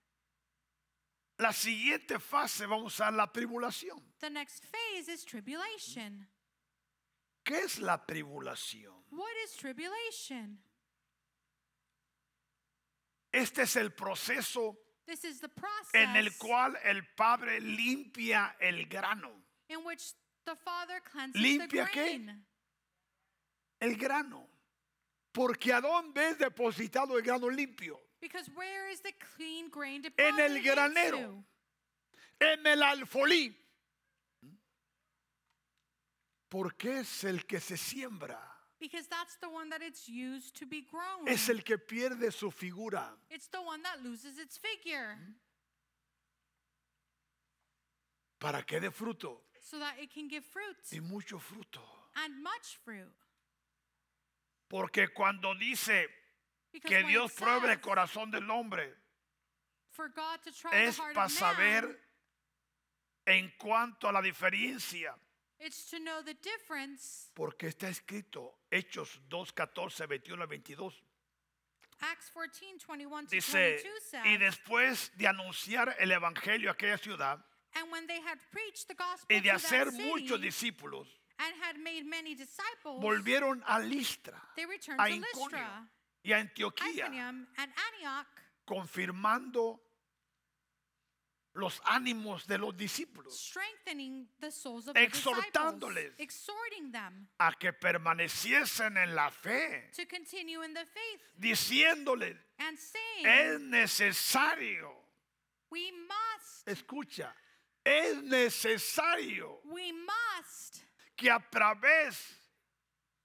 Speaker 1: la siguiente fase vamos a la tribulación.
Speaker 2: the next phase is tribulation.
Speaker 1: ¿Qué es la tribulación?
Speaker 2: What is tribulation?
Speaker 1: Este es el proceso
Speaker 2: This is the process
Speaker 1: en el cual el Padre limpia el grano.
Speaker 2: in which the Father cleanses
Speaker 1: ¿Limpia
Speaker 2: the
Speaker 1: qué?
Speaker 2: grain.
Speaker 1: El grano. Porque ¿a dónde es depositado el grano limpio?
Speaker 2: Because where is the clean grain
Speaker 1: En
Speaker 2: deposited
Speaker 1: el granero.
Speaker 2: into?
Speaker 1: en el alfolí. Porque es el que se siembra,
Speaker 2: Because that's the one that it's used to be grown.
Speaker 1: es el que pierde su figura.
Speaker 2: It's the one that loses its figure
Speaker 1: ¿Para que dé fruto?
Speaker 2: so that it can give
Speaker 1: Y
Speaker 2: fruit
Speaker 1: mucho fruto.
Speaker 2: and much fruit.
Speaker 1: Porque cuando dice
Speaker 2: Because
Speaker 1: que
Speaker 2: when it
Speaker 1: Dios pruebe el
Speaker 2: says,
Speaker 1: corazón del hombre,
Speaker 2: for God to try
Speaker 1: es
Speaker 2: the heart
Speaker 1: para
Speaker 2: of man,
Speaker 1: saber en cuanto a la diferencia.
Speaker 2: it's to know the difference.
Speaker 1: Porque está escrito, Hechos 2, 14, 21 al 22.
Speaker 2: Acts 14, 21 to 22
Speaker 1: Dice, y
Speaker 2: says,
Speaker 1: después de anunciar el evangelio a aquella ciudad,
Speaker 2: And when they had preached the gospel
Speaker 1: y de
Speaker 2: to that
Speaker 1: hacer
Speaker 2: city,
Speaker 1: muchos discípulos,
Speaker 2: and had made many disciples,
Speaker 1: volvieron a Listra,
Speaker 2: they returned
Speaker 1: a
Speaker 2: to
Speaker 1: Inconio
Speaker 2: Lystra,
Speaker 1: y a Antioquía,
Speaker 2: Iconium, and Antioch,
Speaker 1: confirmando los ánimos de los discípulos
Speaker 2: strengthening the souls of the disciples,
Speaker 1: Exhortándoles.
Speaker 2: exhorting them
Speaker 1: a que permaneciesen en la fe,
Speaker 2: to continue in the faith,
Speaker 1: diciéndoles,
Speaker 2: and saying,
Speaker 1: es necesario,
Speaker 2: We must,
Speaker 1: escucha, es necesario
Speaker 2: we must,
Speaker 1: que a través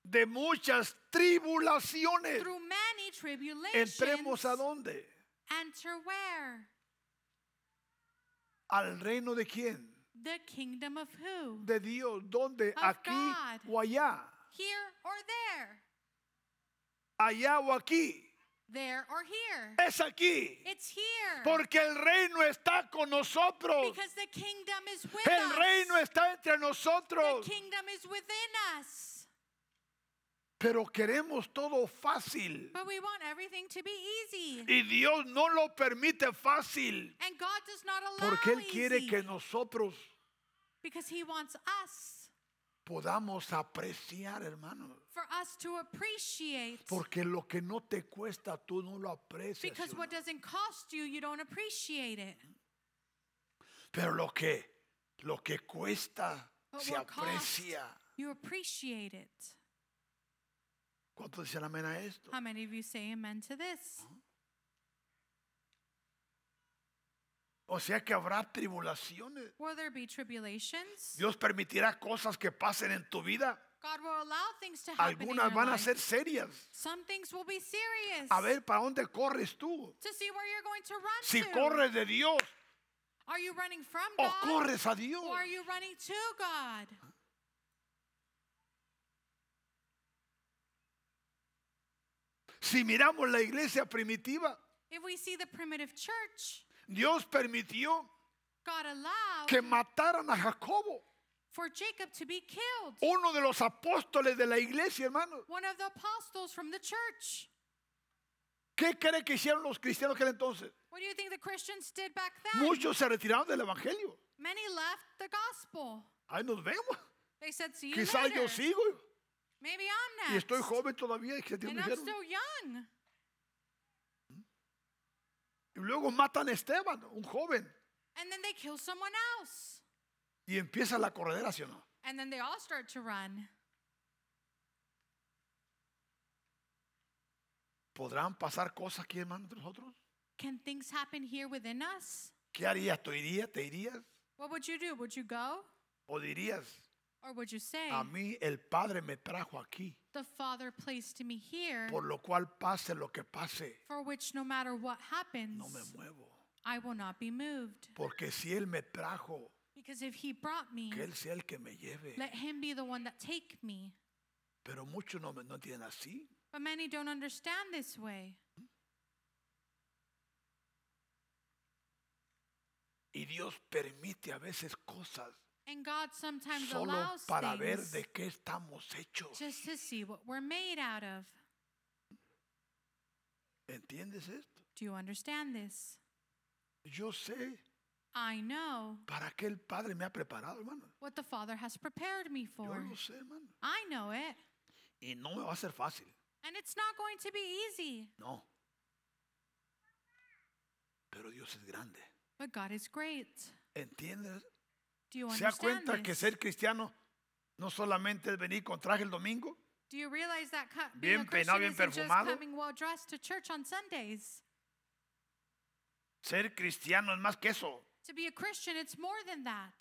Speaker 1: de muchas tribulaciones
Speaker 2: through many tribulations,
Speaker 1: entremos a dónde?
Speaker 2: enter where?
Speaker 1: ¿Al reino de quién?
Speaker 2: The kingdom of who?
Speaker 1: de Dios, ¿dónde?
Speaker 2: Of
Speaker 1: Aquí
Speaker 2: God.
Speaker 1: o allá,
Speaker 2: Here or there?
Speaker 1: allá o aquí.
Speaker 2: There or here?
Speaker 1: Es aquí,
Speaker 2: It's here.
Speaker 1: porque el reino está con nosotros.
Speaker 2: Because the kingdom is with
Speaker 1: El reino
Speaker 2: us.
Speaker 1: está entre
Speaker 2: The
Speaker 1: nosotros.
Speaker 2: kingdom is within us.
Speaker 1: Pero queremos todo fácil.
Speaker 2: But we want everything to be easy.
Speaker 1: Y Dios no lo permite fácil.
Speaker 2: And God does not allow
Speaker 1: Porque Él quiere
Speaker 2: easy.
Speaker 1: que nosotros
Speaker 2: Because he wants us
Speaker 1: podamos apreciar, hermano.
Speaker 2: for us to appreciate.
Speaker 1: Porque lo que no te cuesta, tú no lo aprecias. ¿sí
Speaker 2: Because
Speaker 1: o
Speaker 2: what
Speaker 1: no?
Speaker 2: doesn't cost you, you don't appreciate it.
Speaker 1: Pero lo que, lo que cuesta,
Speaker 2: But
Speaker 1: se
Speaker 2: what costs,
Speaker 1: aprecia.
Speaker 2: You appreciate it.
Speaker 1: ¿Cuántos dicen amén a esto?
Speaker 2: How many of you say amen to this?
Speaker 1: O sea que habrá tribulaciones.
Speaker 2: Will there be tribulations?
Speaker 1: Dios permitirá cosas que pasen en tu vida.
Speaker 2: God will allow things to happen. in
Speaker 1: Algunas
Speaker 2: your
Speaker 1: van a
Speaker 2: life.
Speaker 1: ser serias.
Speaker 2: Some things will be serious.
Speaker 1: A ver, ¿para dónde corres tú?
Speaker 2: to see where you're going to run
Speaker 1: Si Oh,
Speaker 2: to.
Speaker 1: corres de Dios
Speaker 2: are you running from
Speaker 1: o
Speaker 2: God?
Speaker 1: corres a Dios.
Speaker 2: Or are you running to God?
Speaker 1: Si miramos la iglesia primitiva,
Speaker 2: If we see the primitive church,
Speaker 1: Dios permitió
Speaker 2: God allowed
Speaker 1: que mataran a Jacobo,
Speaker 2: for Jacob to be killed,
Speaker 1: uno de los apóstoles de la iglesia, hermano.
Speaker 2: one of the apostles from the church.
Speaker 1: ¿Qué cree que hicieron los cristianos aquel entonces?
Speaker 2: What do you think the Christians did back then?
Speaker 1: Muchos se retiraron del evangelio.
Speaker 2: Many left the gospel.
Speaker 1: Ahí nos vemos.
Speaker 2: They said, "See you
Speaker 1: Quizás yo
Speaker 2: later.
Speaker 1: sigo
Speaker 2: Maybe I'm
Speaker 1: y
Speaker 2: next,
Speaker 1: estoy joven todavía. y que Dios
Speaker 2: and
Speaker 1: me
Speaker 2: I'm
Speaker 1: dijeron.
Speaker 2: still young."
Speaker 1: Y luego matan a Esteban, un joven,
Speaker 2: And then they kill someone else,
Speaker 1: y empieza la corredera, ¿sí o no?
Speaker 2: and then they all start to run.
Speaker 1: ¿Podrán pasar cosas aquí, hermano, entre nosotros?
Speaker 2: Can things happen here within us?
Speaker 1: ¿Qué harías? ¿Tú irías? ¿Te irías?
Speaker 2: What would you do? Would you go,
Speaker 1: ¿O dirías?
Speaker 2: or would you say,
Speaker 1: A mí el Padre me trajo aquí,
Speaker 2: "The Father placed me here"?
Speaker 1: por lo cual pase lo que pase,
Speaker 2: for which no matter what happens,
Speaker 1: no me muevo.
Speaker 2: I will not be moved.
Speaker 1: Porque si Él me trajo,
Speaker 2: Because if he brought me,
Speaker 1: que Él sea el que me lleve.
Speaker 2: let him be the one that take me.
Speaker 1: Pero muchos no, me- no entienden así.
Speaker 2: But many don't understand this way.
Speaker 1: Y Dios permite a veces cosas
Speaker 2: And God sometimes
Speaker 1: solo
Speaker 2: allows
Speaker 1: para ver
Speaker 2: things
Speaker 1: de qué estamos hechos.
Speaker 2: just to see what we're made out of.
Speaker 1: ¿Entiendes esto?
Speaker 2: Do you understand this?
Speaker 1: Yo sé
Speaker 2: I know
Speaker 1: para qué el Padre me ha preparado, hermano.
Speaker 2: what the Father has prepared me
Speaker 1: Yo
Speaker 2: for.
Speaker 1: lo sé, hermano.
Speaker 2: I know it.
Speaker 1: Y no me va a ser fácil.
Speaker 2: And it's not going to be easy.
Speaker 1: No. Pero Dios es grande.
Speaker 2: But God is great.
Speaker 1: ¿Entiendes?
Speaker 2: Do you
Speaker 1: ¿Se da
Speaker 2: understand
Speaker 1: cuenta que
Speaker 2: this?
Speaker 1: ser cristiano no solamente es venir con traje el domingo?
Speaker 2: Do you realize that co- being
Speaker 1: Bien
Speaker 2: a Christian
Speaker 1: peinado, bien
Speaker 2: isn't just
Speaker 1: perfumado.
Speaker 2: coming well dressed to church on Sundays?
Speaker 1: Ser cristiano es más que eso.
Speaker 2: To be a Christian, it's more than that.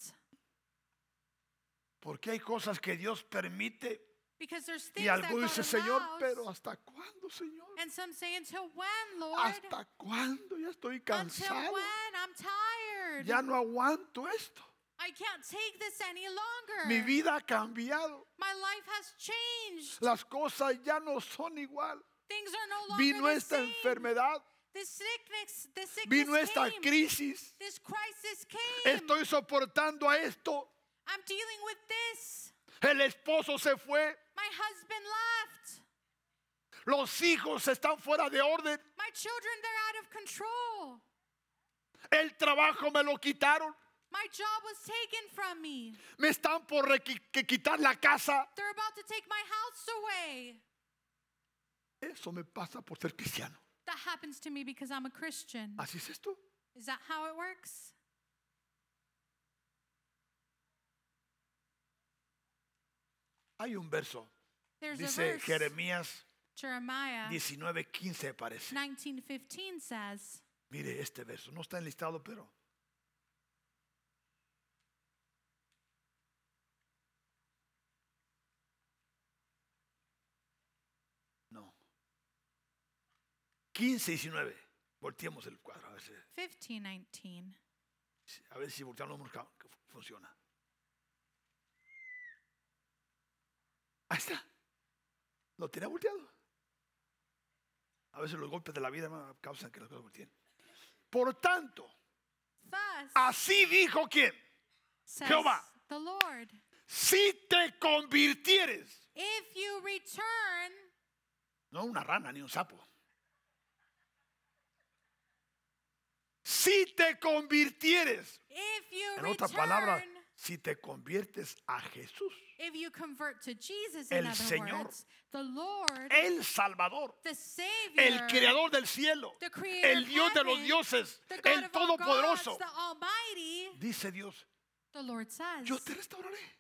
Speaker 1: Porque hay cosas que Dios permite
Speaker 2: Because there's things
Speaker 1: y
Speaker 2: that
Speaker 1: algunos
Speaker 2: God
Speaker 1: dicen,
Speaker 2: allows.
Speaker 1: Señor, pero ¿hasta cuándo, Señor?
Speaker 2: and some say, until when, Lord?
Speaker 1: ¿Hasta cuándo? Ya estoy
Speaker 2: Until
Speaker 1: cansado.
Speaker 2: when? I'm tired.
Speaker 1: Ya no aguanto esto.
Speaker 2: I can't take this any longer.
Speaker 1: Mi vida ha cambiado.
Speaker 2: My life has changed.
Speaker 1: Las cosas ya no son igual.
Speaker 2: Things are no longer
Speaker 1: Vino
Speaker 2: the
Speaker 1: esta
Speaker 2: same.
Speaker 1: enfermedad.
Speaker 2: This sickness, this sickness
Speaker 1: Vino esta
Speaker 2: came.
Speaker 1: crisis.
Speaker 2: This crisis came.
Speaker 1: Estoy soportando a esto.
Speaker 2: I'm dealing with this.
Speaker 1: El esposo se fue.
Speaker 2: My husband left.
Speaker 1: Los hijos están fuera de orden.
Speaker 2: My children, they're out of control.
Speaker 1: El trabajo me lo quitaron.
Speaker 2: My job was taken from me.
Speaker 1: Me están por requi- que quitar la casa.
Speaker 2: They're about to take my house away.
Speaker 1: Eso me pasa por ser cristiano.
Speaker 2: That happens to me because I'm a Christian.
Speaker 1: Así es esto.
Speaker 2: Is that how it works?
Speaker 1: Hay un verso.
Speaker 2: There's a
Speaker 1: Dice
Speaker 2: verse.
Speaker 1: Jeremías
Speaker 2: Jeremiah
Speaker 1: 19:15 parece.
Speaker 2: 19:15 says,
Speaker 1: Mire este verso. No está enlistado, pero. No. 15 19. Volteemos el cuadro a ver si-
Speaker 2: 15:19.
Speaker 1: Sí, A ver si volteamos los ca- que fu- funciona. Ahí está. Lo tenía volteado. A veces los golpes de la vida hermano, causan que las cosas volteen. Por tanto,
Speaker 2: Thus
Speaker 1: así dijo quien,
Speaker 2: says
Speaker 1: Jehová.
Speaker 2: the Lord,
Speaker 1: si te convirtieres,
Speaker 2: if you return,
Speaker 1: no una rana ni un sapo, si te convirtieres,
Speaker 2: if you
Speaker 1: en otras palabras,
Speaker 2: return,
Speaker 1: si te conviertes a Jesús,
Speaker 2: if you convert to Jesus,
Speaker 1: El
Speaker 2: in other
Speaker 1: Señor.
Speaker 2: words, the Lord,
Speaker 1: el Salvador,
Speaker 2: the Savior,
Speaker 1: el creador del cielo,
Speaker 2: the creator
Speaker 1: el
Speaker 2: of
Speaker 1: Dios de los
Speaker 2: heaven,
Speaker 1: dioses,
Speaker 2: the God
Speaker 1: el
Speaker 2: of all gods,
Speaker 1: todopoderoso.
Speaker 2: the Almighty,
Speaker 1: Dice Dios,
Speaker 2: the Lord says,
Speaker 1: yo te restauraré.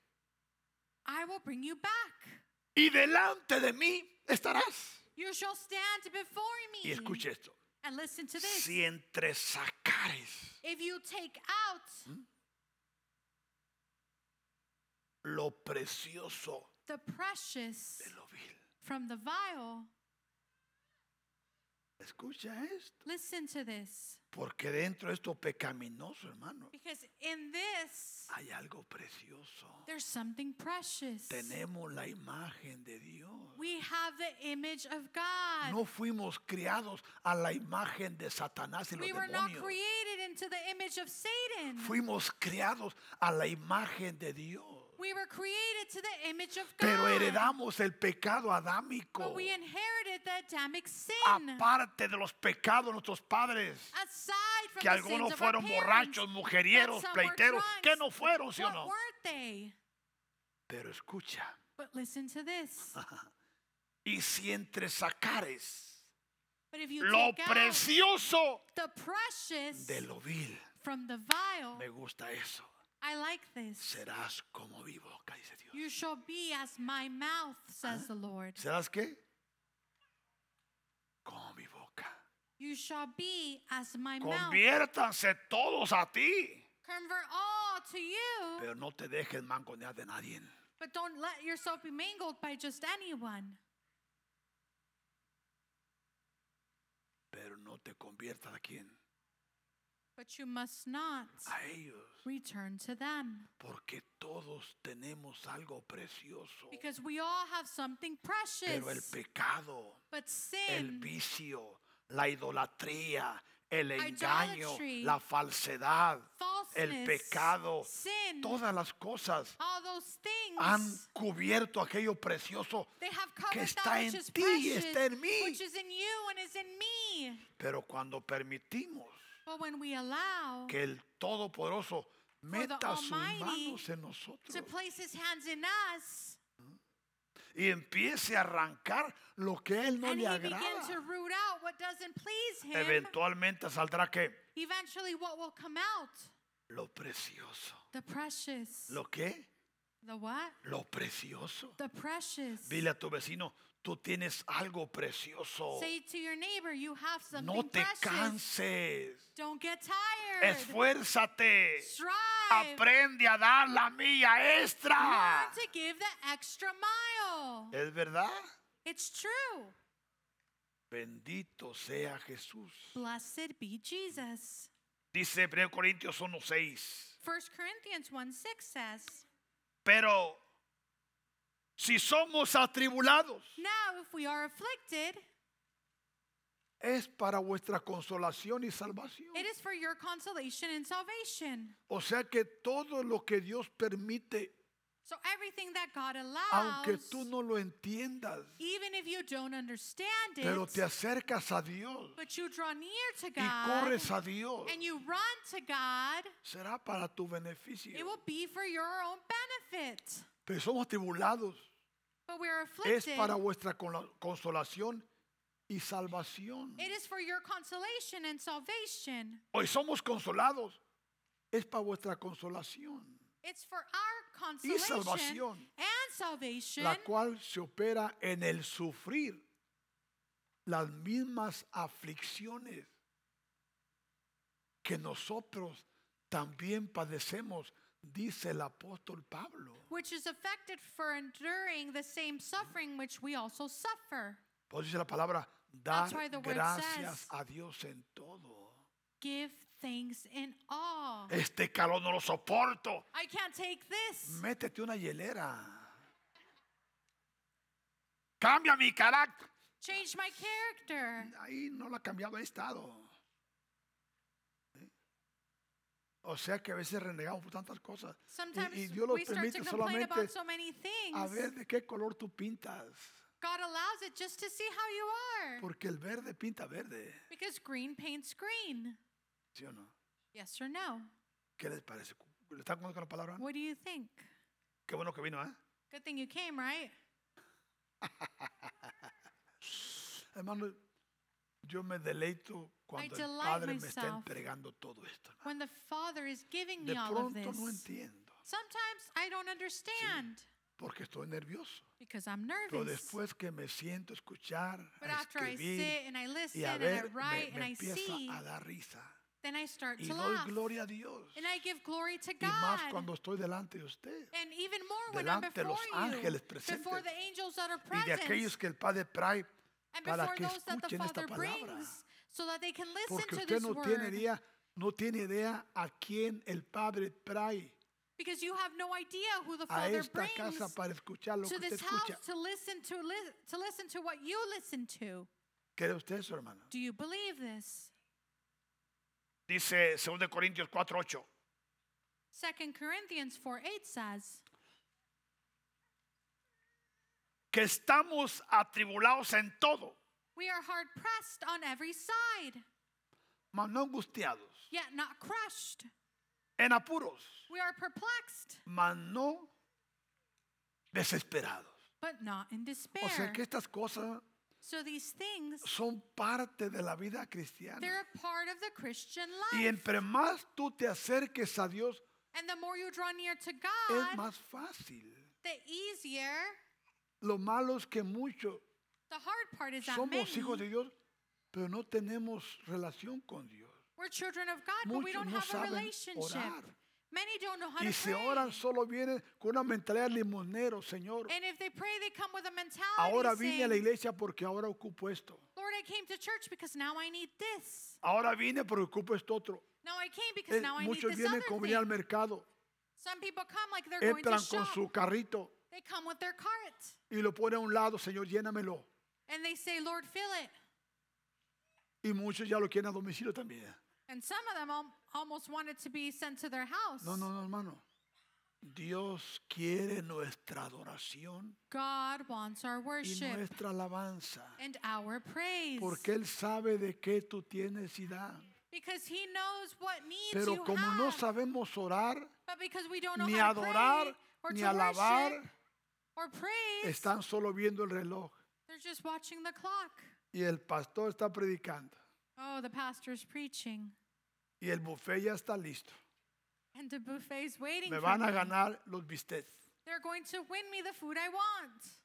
Speaker 2: I will bring you back.
Speaker 1: y delante de mí estarás.
Speaker 2: You shall stand before
Speaker 1: Y
Speaker 2: me.
Speaker 1: escuche esto.
Speaker 2: And listen to this.
Speaker 1: Si entre sacares
Speaker 2: If you take out
Speaker 1: Mm. lo precioso
Speaker 2: the precious
Speaker 1: de lo vil.
Speaker 2: from the vial,
Speaker 1: Escucha esto.
Speaker 2: listen to this.
Speaker 1: Porque dentro de esto pecaminoso, hermano,
Speaker 2: Because in this,
Speaker 1: hay algo precioso.
Speaker 2: there's something precious.
Speaker 1: Tenemos la imagen de Dios.
Speaker 2: We have the image of God.
Speaker 1: No fuimos criados a la imagen de Satanás y los
Speaker 2: we were not
Speaker 1: demonios.
Speaker 2: created into the image of Satan.
Speaker 1: Fuimos criados a la imagen de Dios.
Speaker 2: we were created to the image of God.
Speaker 1: Pero heredamos el pecado
Speaker 2: but
Speaker 1: adámico.
Speaker 2: we inherited the Adamic sin.
Speaker 1: Ah, Aparte de los pecados de nuestros padres.
Speaker 2: aside Ah, from
Speaker 1: Que
Speaker 2: the sins
Speaker 1: algunos
Speaker 2: of our
Speaker 1: fueron
Speaker 2: parents,
Speaker 1: borrachos,
Speaker 2: that
Speaker 1: mujerieros,
Speaker 2: some were
Speaker 1: pleiteros. Que
Speaker 2: drunks.
Speaker 1: no fueron, ¿sí o
Speaker 2: What
Speaker 1: no?
Speaker 2: weren't they?
Speaker 1: Pero escucha.
Speaker 2: But listen to this.
Speaker 1: [laughs] Y si entre sacares
Speaker 2: But if you
Speaker 1: lo
Speaker 2: take out
Speaker 1: precioso
Speaker 2: the precious
Speaker 1: de lo vil.
Speaker 2: from the vial,
Speaker 1: Me gusta eso.
Speaker 2: I like this.
Speaker 1: Serás como mi boca, dice Dios.
Speaker 2: You shall be as my mouth, says the Lord.
Speaker 1: ¿Serás qué? Como mi boca.
Speaker 2: You shall be as my mouth.
Speaker 1: Conviértanse todos a ti.
Speaker 2: Convert all to you,
Speaker 1: Pero no te dejes mangonear de nadie.
Speaker 2: but don't let yourself be mangled by just anyone.
Speaker 1: Pero no te conviertas a quién.
Speaker 2: But you must not
Speaker 1: A ellos.
Speaker 2: return to them.
Speaker 1: Porque todos tenemos algo precioso.
Speaker 2: Because we all have something
Speaker 1: Oh. Pero el
Speaker 2: precious.
Speaker 1: pecado,
Speaker 2: But
Speaker 1: el
Speaker 2: sin,
Speaker 1: vicio, la idolatría, el engaño,
Speaker 2: Idolatry,
Speaker 1: la falsedad, el
Speaker 2: falseness,
Speaker 1: pecado,
Speaker 2: sin,
Speaker 1: todas las cosas
Speaker 2: all those things.
Speaker 1: han cubierto aquello precioso.
Speaker 2: They have covered
Speaker 1: está
Speaker 2: that
Speaker 1: en
Speaker 2: which is
Speaker 1: ti y
Speaker 2: precious,
Speaker 1: está en mí.
Speaker 2: which is in you and is in me.
Speaker 1: Pero cuando permitimos
Speaker 2: But when we allow
Speaker 1: que el Todopoderoso meta sus
Speaker 2: Almighty
Speaker 1: manos en
Speaker 2: to
Speaker 1: nosotros
Speaker 2: place His hands in us,
Speaker 1: y empiece a arrancar lo que a Él no
Speaker 2: and
Speaker 1: le
Speaker 2: He begins to
Speaker 1: agrada,
Speaker 2: root out what doesn't please Him,
Speaker 1: eventualmente saldrá que
Speaker 2: eventually what will come out?
Speaker 1: lo precioso.
Speaker 2: The precious.
Speaker 1: ¿Lo qué?
Speaker 2: The what?
Speaker 1: Lo precioso.
Speaker 2: The precious.
Speaker 1: Dile a tu vecino, tú tienes algo precioso.
Speaker 2: Say to your neighbor, you have something
Speaker 1: oh. No te
Speaker 2: precious.
Speaker 1: canses.
Speaker 2: Don't get tired.
Speaker 1: Esfuérzate.
Speaker 2: Strive.
Speaker 1: Aprende a dar la milla extra.
Speaker 2: Learn to give the extra mile.
Speaker 1: ¿Es verdad?
Speaker 2: It's true.
Speaker 1: Bendito sea Jesús.
Speaker 2: Blessed be Jesus.
Speaker 1: Dice 1 Corintios 1:6.
Speaker 2: 1 Corinthians 1 6 says,
Speaker 1: Pero si somos atribulados,
Speaker 2: Now if we are afflicted,
Speaker 1: es para vuestra consolación y salvación.
Speaker 2: it is for your consolation and salvation.
Speaker 1: O sea que todo lo que Dios permite,
Speaker 2: So everything that God allows,
Speaker 1: aunque tú no lo entiendas,
Speaker 2: even if you don't understand it,
Speaker 1: pero te acercas a Dios
Speaker 2: but you draw near to
Speaker 1: y
Speaker 2: God
Speaker 1: corres a Dios,
Speaker 2: and you run to God,
Speaker 1: será para tu
Speaker 2: it
Speaker 1: beneficio.
Speaker 2: will be for your own benefit.
Speaker 1: Pero somos atribulados.
Speaker 2: But we are
Speaker 1: es
Speaker 2: afflicted.
Speaker 1: para vuestra conla- consolación y salvación.
Speaker 2: It is for your consolation and salvation.
Speaker 1: Hoy somos consolados, es para vuestra consolación,
Speaker 2: It's for our consolation
Speaker 1: salvación.
Speaker 2: and salvation.
Speaker 1: la cual se opera en el sufrir las mismas aflicciones que nosotros también padecemos, dice el apóstol Pablo.
Speaker 2: which is affected for enduring the same suffering which we also suffer.
Speaker 1: Por eso Pues dice la palabra, dar
Speaker 2: That's why the word
Speaker 1: gracias
Speaker 2: says-
Speaker 1: a Dios en todo.
Speaker 2: Give thanks in all.
Speaker 1: Este calor no lo soporto.
Speaker 2: I can't take this.
Speaker 1: Métete una hielera. Cambia mi carácter.
Speaker 2: Change my character.
Speaker 1: Ahí no la ha cambiado, ha estado. ¿Eh? O sea que a veces renegamos por tantas cosas. Y-
Speaker 2: Sometimes
Speaker 1: y, Dios lo
Speaker 2: we start to
Speaker 1: permite
Speaker 2: complain about
Speaker 1: solamente
Speaker 2: so many
Speaker 1: a
Speaker 2: things.
Speaker 1: ver de qué color tú pintas.
Speaker 2: God allows it just to see how you are.
Speaker 1: Porque el verde pinta verde.
Speaker 2: Because green paints green.
Speaker 1: ¿Sí o no?
Speaker 2: Yes or no?
Speaker 1: ¿Qué les parece? ¿Le está con la palabra?
Speaker 2: What do you think?
Speaker 1: Qué bueno que vino, ¿eh?
Speaker 2: Good thing you came, right?
Speaker 1: Hermano, yo me deleito cuando el
Speaker 2: delight
Speaker 1: Padre me está
Speaker 2: myself.
Speaker 1: entregando todo esto. hermano.
Speaker 2: When the Father is giving
Speaker 1: De
Speaker 2: me all of
Speaker 1: pronto
Speaker 2: this,
Speaker 1: no entiendo.
Speaker 2: sometimes I don't understand.
Speaker 1: porque estoy nervioso.
Speaker 2: because I'm
Speaker 1: Pero
Speaker 2: nervous.
Speaker 1: después que me siento a escuchar,
Speaker 2: but
Speaker 1: a
Speaker 2: after I sit
Speaker 1: escribir
Speaker 2: and I listen
Speaker 1: y a
Speaker 2: and I
Speaker 1: ver, me,
Speaker 2: write and
Speaker 1: me
Speaker 2: I
Speaker 1: empieza
Speaker 2: see,
Speaker 1: a dar risa.
Speaker 2: then I start
Speaker 1: Y
Speaker 2: to
Speaker 1: doy
Speaker 2: laugh.
Speaker 1: gloria a Dios.
Speaker 2: And I give glory to
Speaker 1: Y más
Speaker 2: God.
Speaker 1: cuando estoy delante de usted.
Speaker 2: and even more when I'm
Speaker 1: delante de
Speaker 2: before
Speaker 1: los
Speaker 2: you,
Speaker 1: ángeles
Speaker 2: before
Speaker 1: presentes.
Speaker 2: the angels that
Speaker 1: Y
Speaker 2: are
Speaker 1: de
Speaker 2: present,
Speaker 1: aquellos que el Padre trae
Speaker 2: and
Speaker 1: para
Speaker 2: before
Speaker 1: que
Speaker 2: those that the
Speaker 1: escuchen esta
Speaker 2: Father
Speaker 1: palabra.
Speaker 2: brings, so that they can listen
Speaker 1: Porque
Speaker 2: to
Speaker 1: usted
Speaker 2: this
Speaker 1: no tiene,
Speaker 2: word.
Speaker 1: idea, no tiene idea a quién el Padre trae
Speaker 2: because you have no idea who the
Speaker 1: a
Speaker 2: Father
Speaker 1: esta
Speaker 2: brings
Speaker 1: casa para escuchar lo que
Speaker 2: to
Speaker 1: usted
Speaker 2: this house
Speaker 1: escucha.
Speaker 2: to listen to, li- to listen to what you listen to.
Speaker 1: ¿Cree usted eso, hermano?
Speaker 2: Do you believe this?
Speaker 1: Dice 2 Corintios 4:8.
Speaker 2: 2 Corinthians 4 8 says,
Speaker 1: Que estamos atribulados en todo,
Speaker 2: We are hard pressed on every side,
Speaker 1: mas no angustiados.
Speaker 2: yet not crushed.
Speaker 1: En apuros,
Speaker 2: We are perplexed,
Speaker 1: mas no desesperados.
Speaker 2: but not in despair.
Speaker 1: O sea que estas cosas
Speaker 2: so these things,
Speaker 1: son parte de la vida cristiana.
Speaker 2: they're a part of the Christian
Speaker 1: Y
Speaker 2: life.
Speaker 1: entre más tú te acerques a Dios,
Speaker 2: and the more you draw near to
Speaker 1: es
Speaker 2: God,
Speaker 1: más fácil.
Speaker 2: the easier.
Speaker 1: Lo malo es que muchos
Speaker 2: The hard part is that Pues many,
Speaker 1: somos hijos de Dios, pero no tenemos relación con Dios.
Speaker 2: we're children of God, but we
Speaker 1: Muchos
Speaker 2: don't
Speaker 1: no
Speaker 2: have a
Speaker 1: saben
Speaker 2: relationship.
Speaker 1: orar.
Speaker 2: Many don't know how
Speaker 1: Y
Speaker 2: to
Speaker 1: si
Speaker 2: pray.
Speaker 1: oran, solo vienen con una mentalidad limonero, Señor.
Speaker 2: And if they pray, they come with a mentality
Speaker 1: Ahora vine a la
Speaker 2: saying,
Speaker 1: iglesia porque ahora ocupo esto.
Speaker 2: Lord, I came to church because now I need this.
Speaker 1: Ahora vine porque ocupo esto otro.
Speaker 2: Now I came because
Speaker 1: Eh,
Speaker 2: now I need
Speaker 1: muchos
Speaker 2: this other
Speaker 1: vienen con venir al
Speaker 2: thing.
Speaker 1: mercado,
Speaker 2: Some people come like they're going to
Speaker 1: entran con
Speaker 2: shop.
Speaker 1: su carrito
Speaker 2: They come with their cart
Speaker 1: y lo ponen a un lado, Señor, llénamelo.
Speaker 2: and they say, Lord, fill it.
Speaker 1: Y muchos ya lo quieren a domicilio también.
Speaker 2: And some of them al- almost want it to be sent to their house.
Speaker 1: No, no, no, hermano. Dios quiere nuestra adoración
Speaker 2: God wants our
Speaker 1: y
Speaker 2: worship
Speaker 1: nuestra alabanza.
Speaker 2: and our praise
Speaker 1: Porque Él sabe de qué tú tienes edad.
Speaker 2: because He knows what needs
Speaker 1: Pero
Speaker 2: you
Speaker 1: como no
Speaker 2: have.
Speaker 1: sabemos orar,
Speaker 2: but because we don't know
Speaker 1: ni
Speaker 2: how to pray
Speaker 1: adorar,
Speaker 2: or
Speaker 1: ni
Speaker 2: to
Speaker 1: alabar,
Speaker 2: worship or praise,
Speaker 1: están solo viendo el reloj.
Speaker 2: they're just watching the clock.
Speaker 1: Y el pastor está predicando.
Speaker 2: Oh, the pastor's preaching.
Speaker 1: Y el buffet ya está listo.
Speaker 2: And the buffet's waiting
Speaker 1: Me
Speaker 2: for
Speaker 1: van a
Speaker 2: me.
Speaker 1: ganar los bistecs.
Speaker 2: They're going to win me the food I want.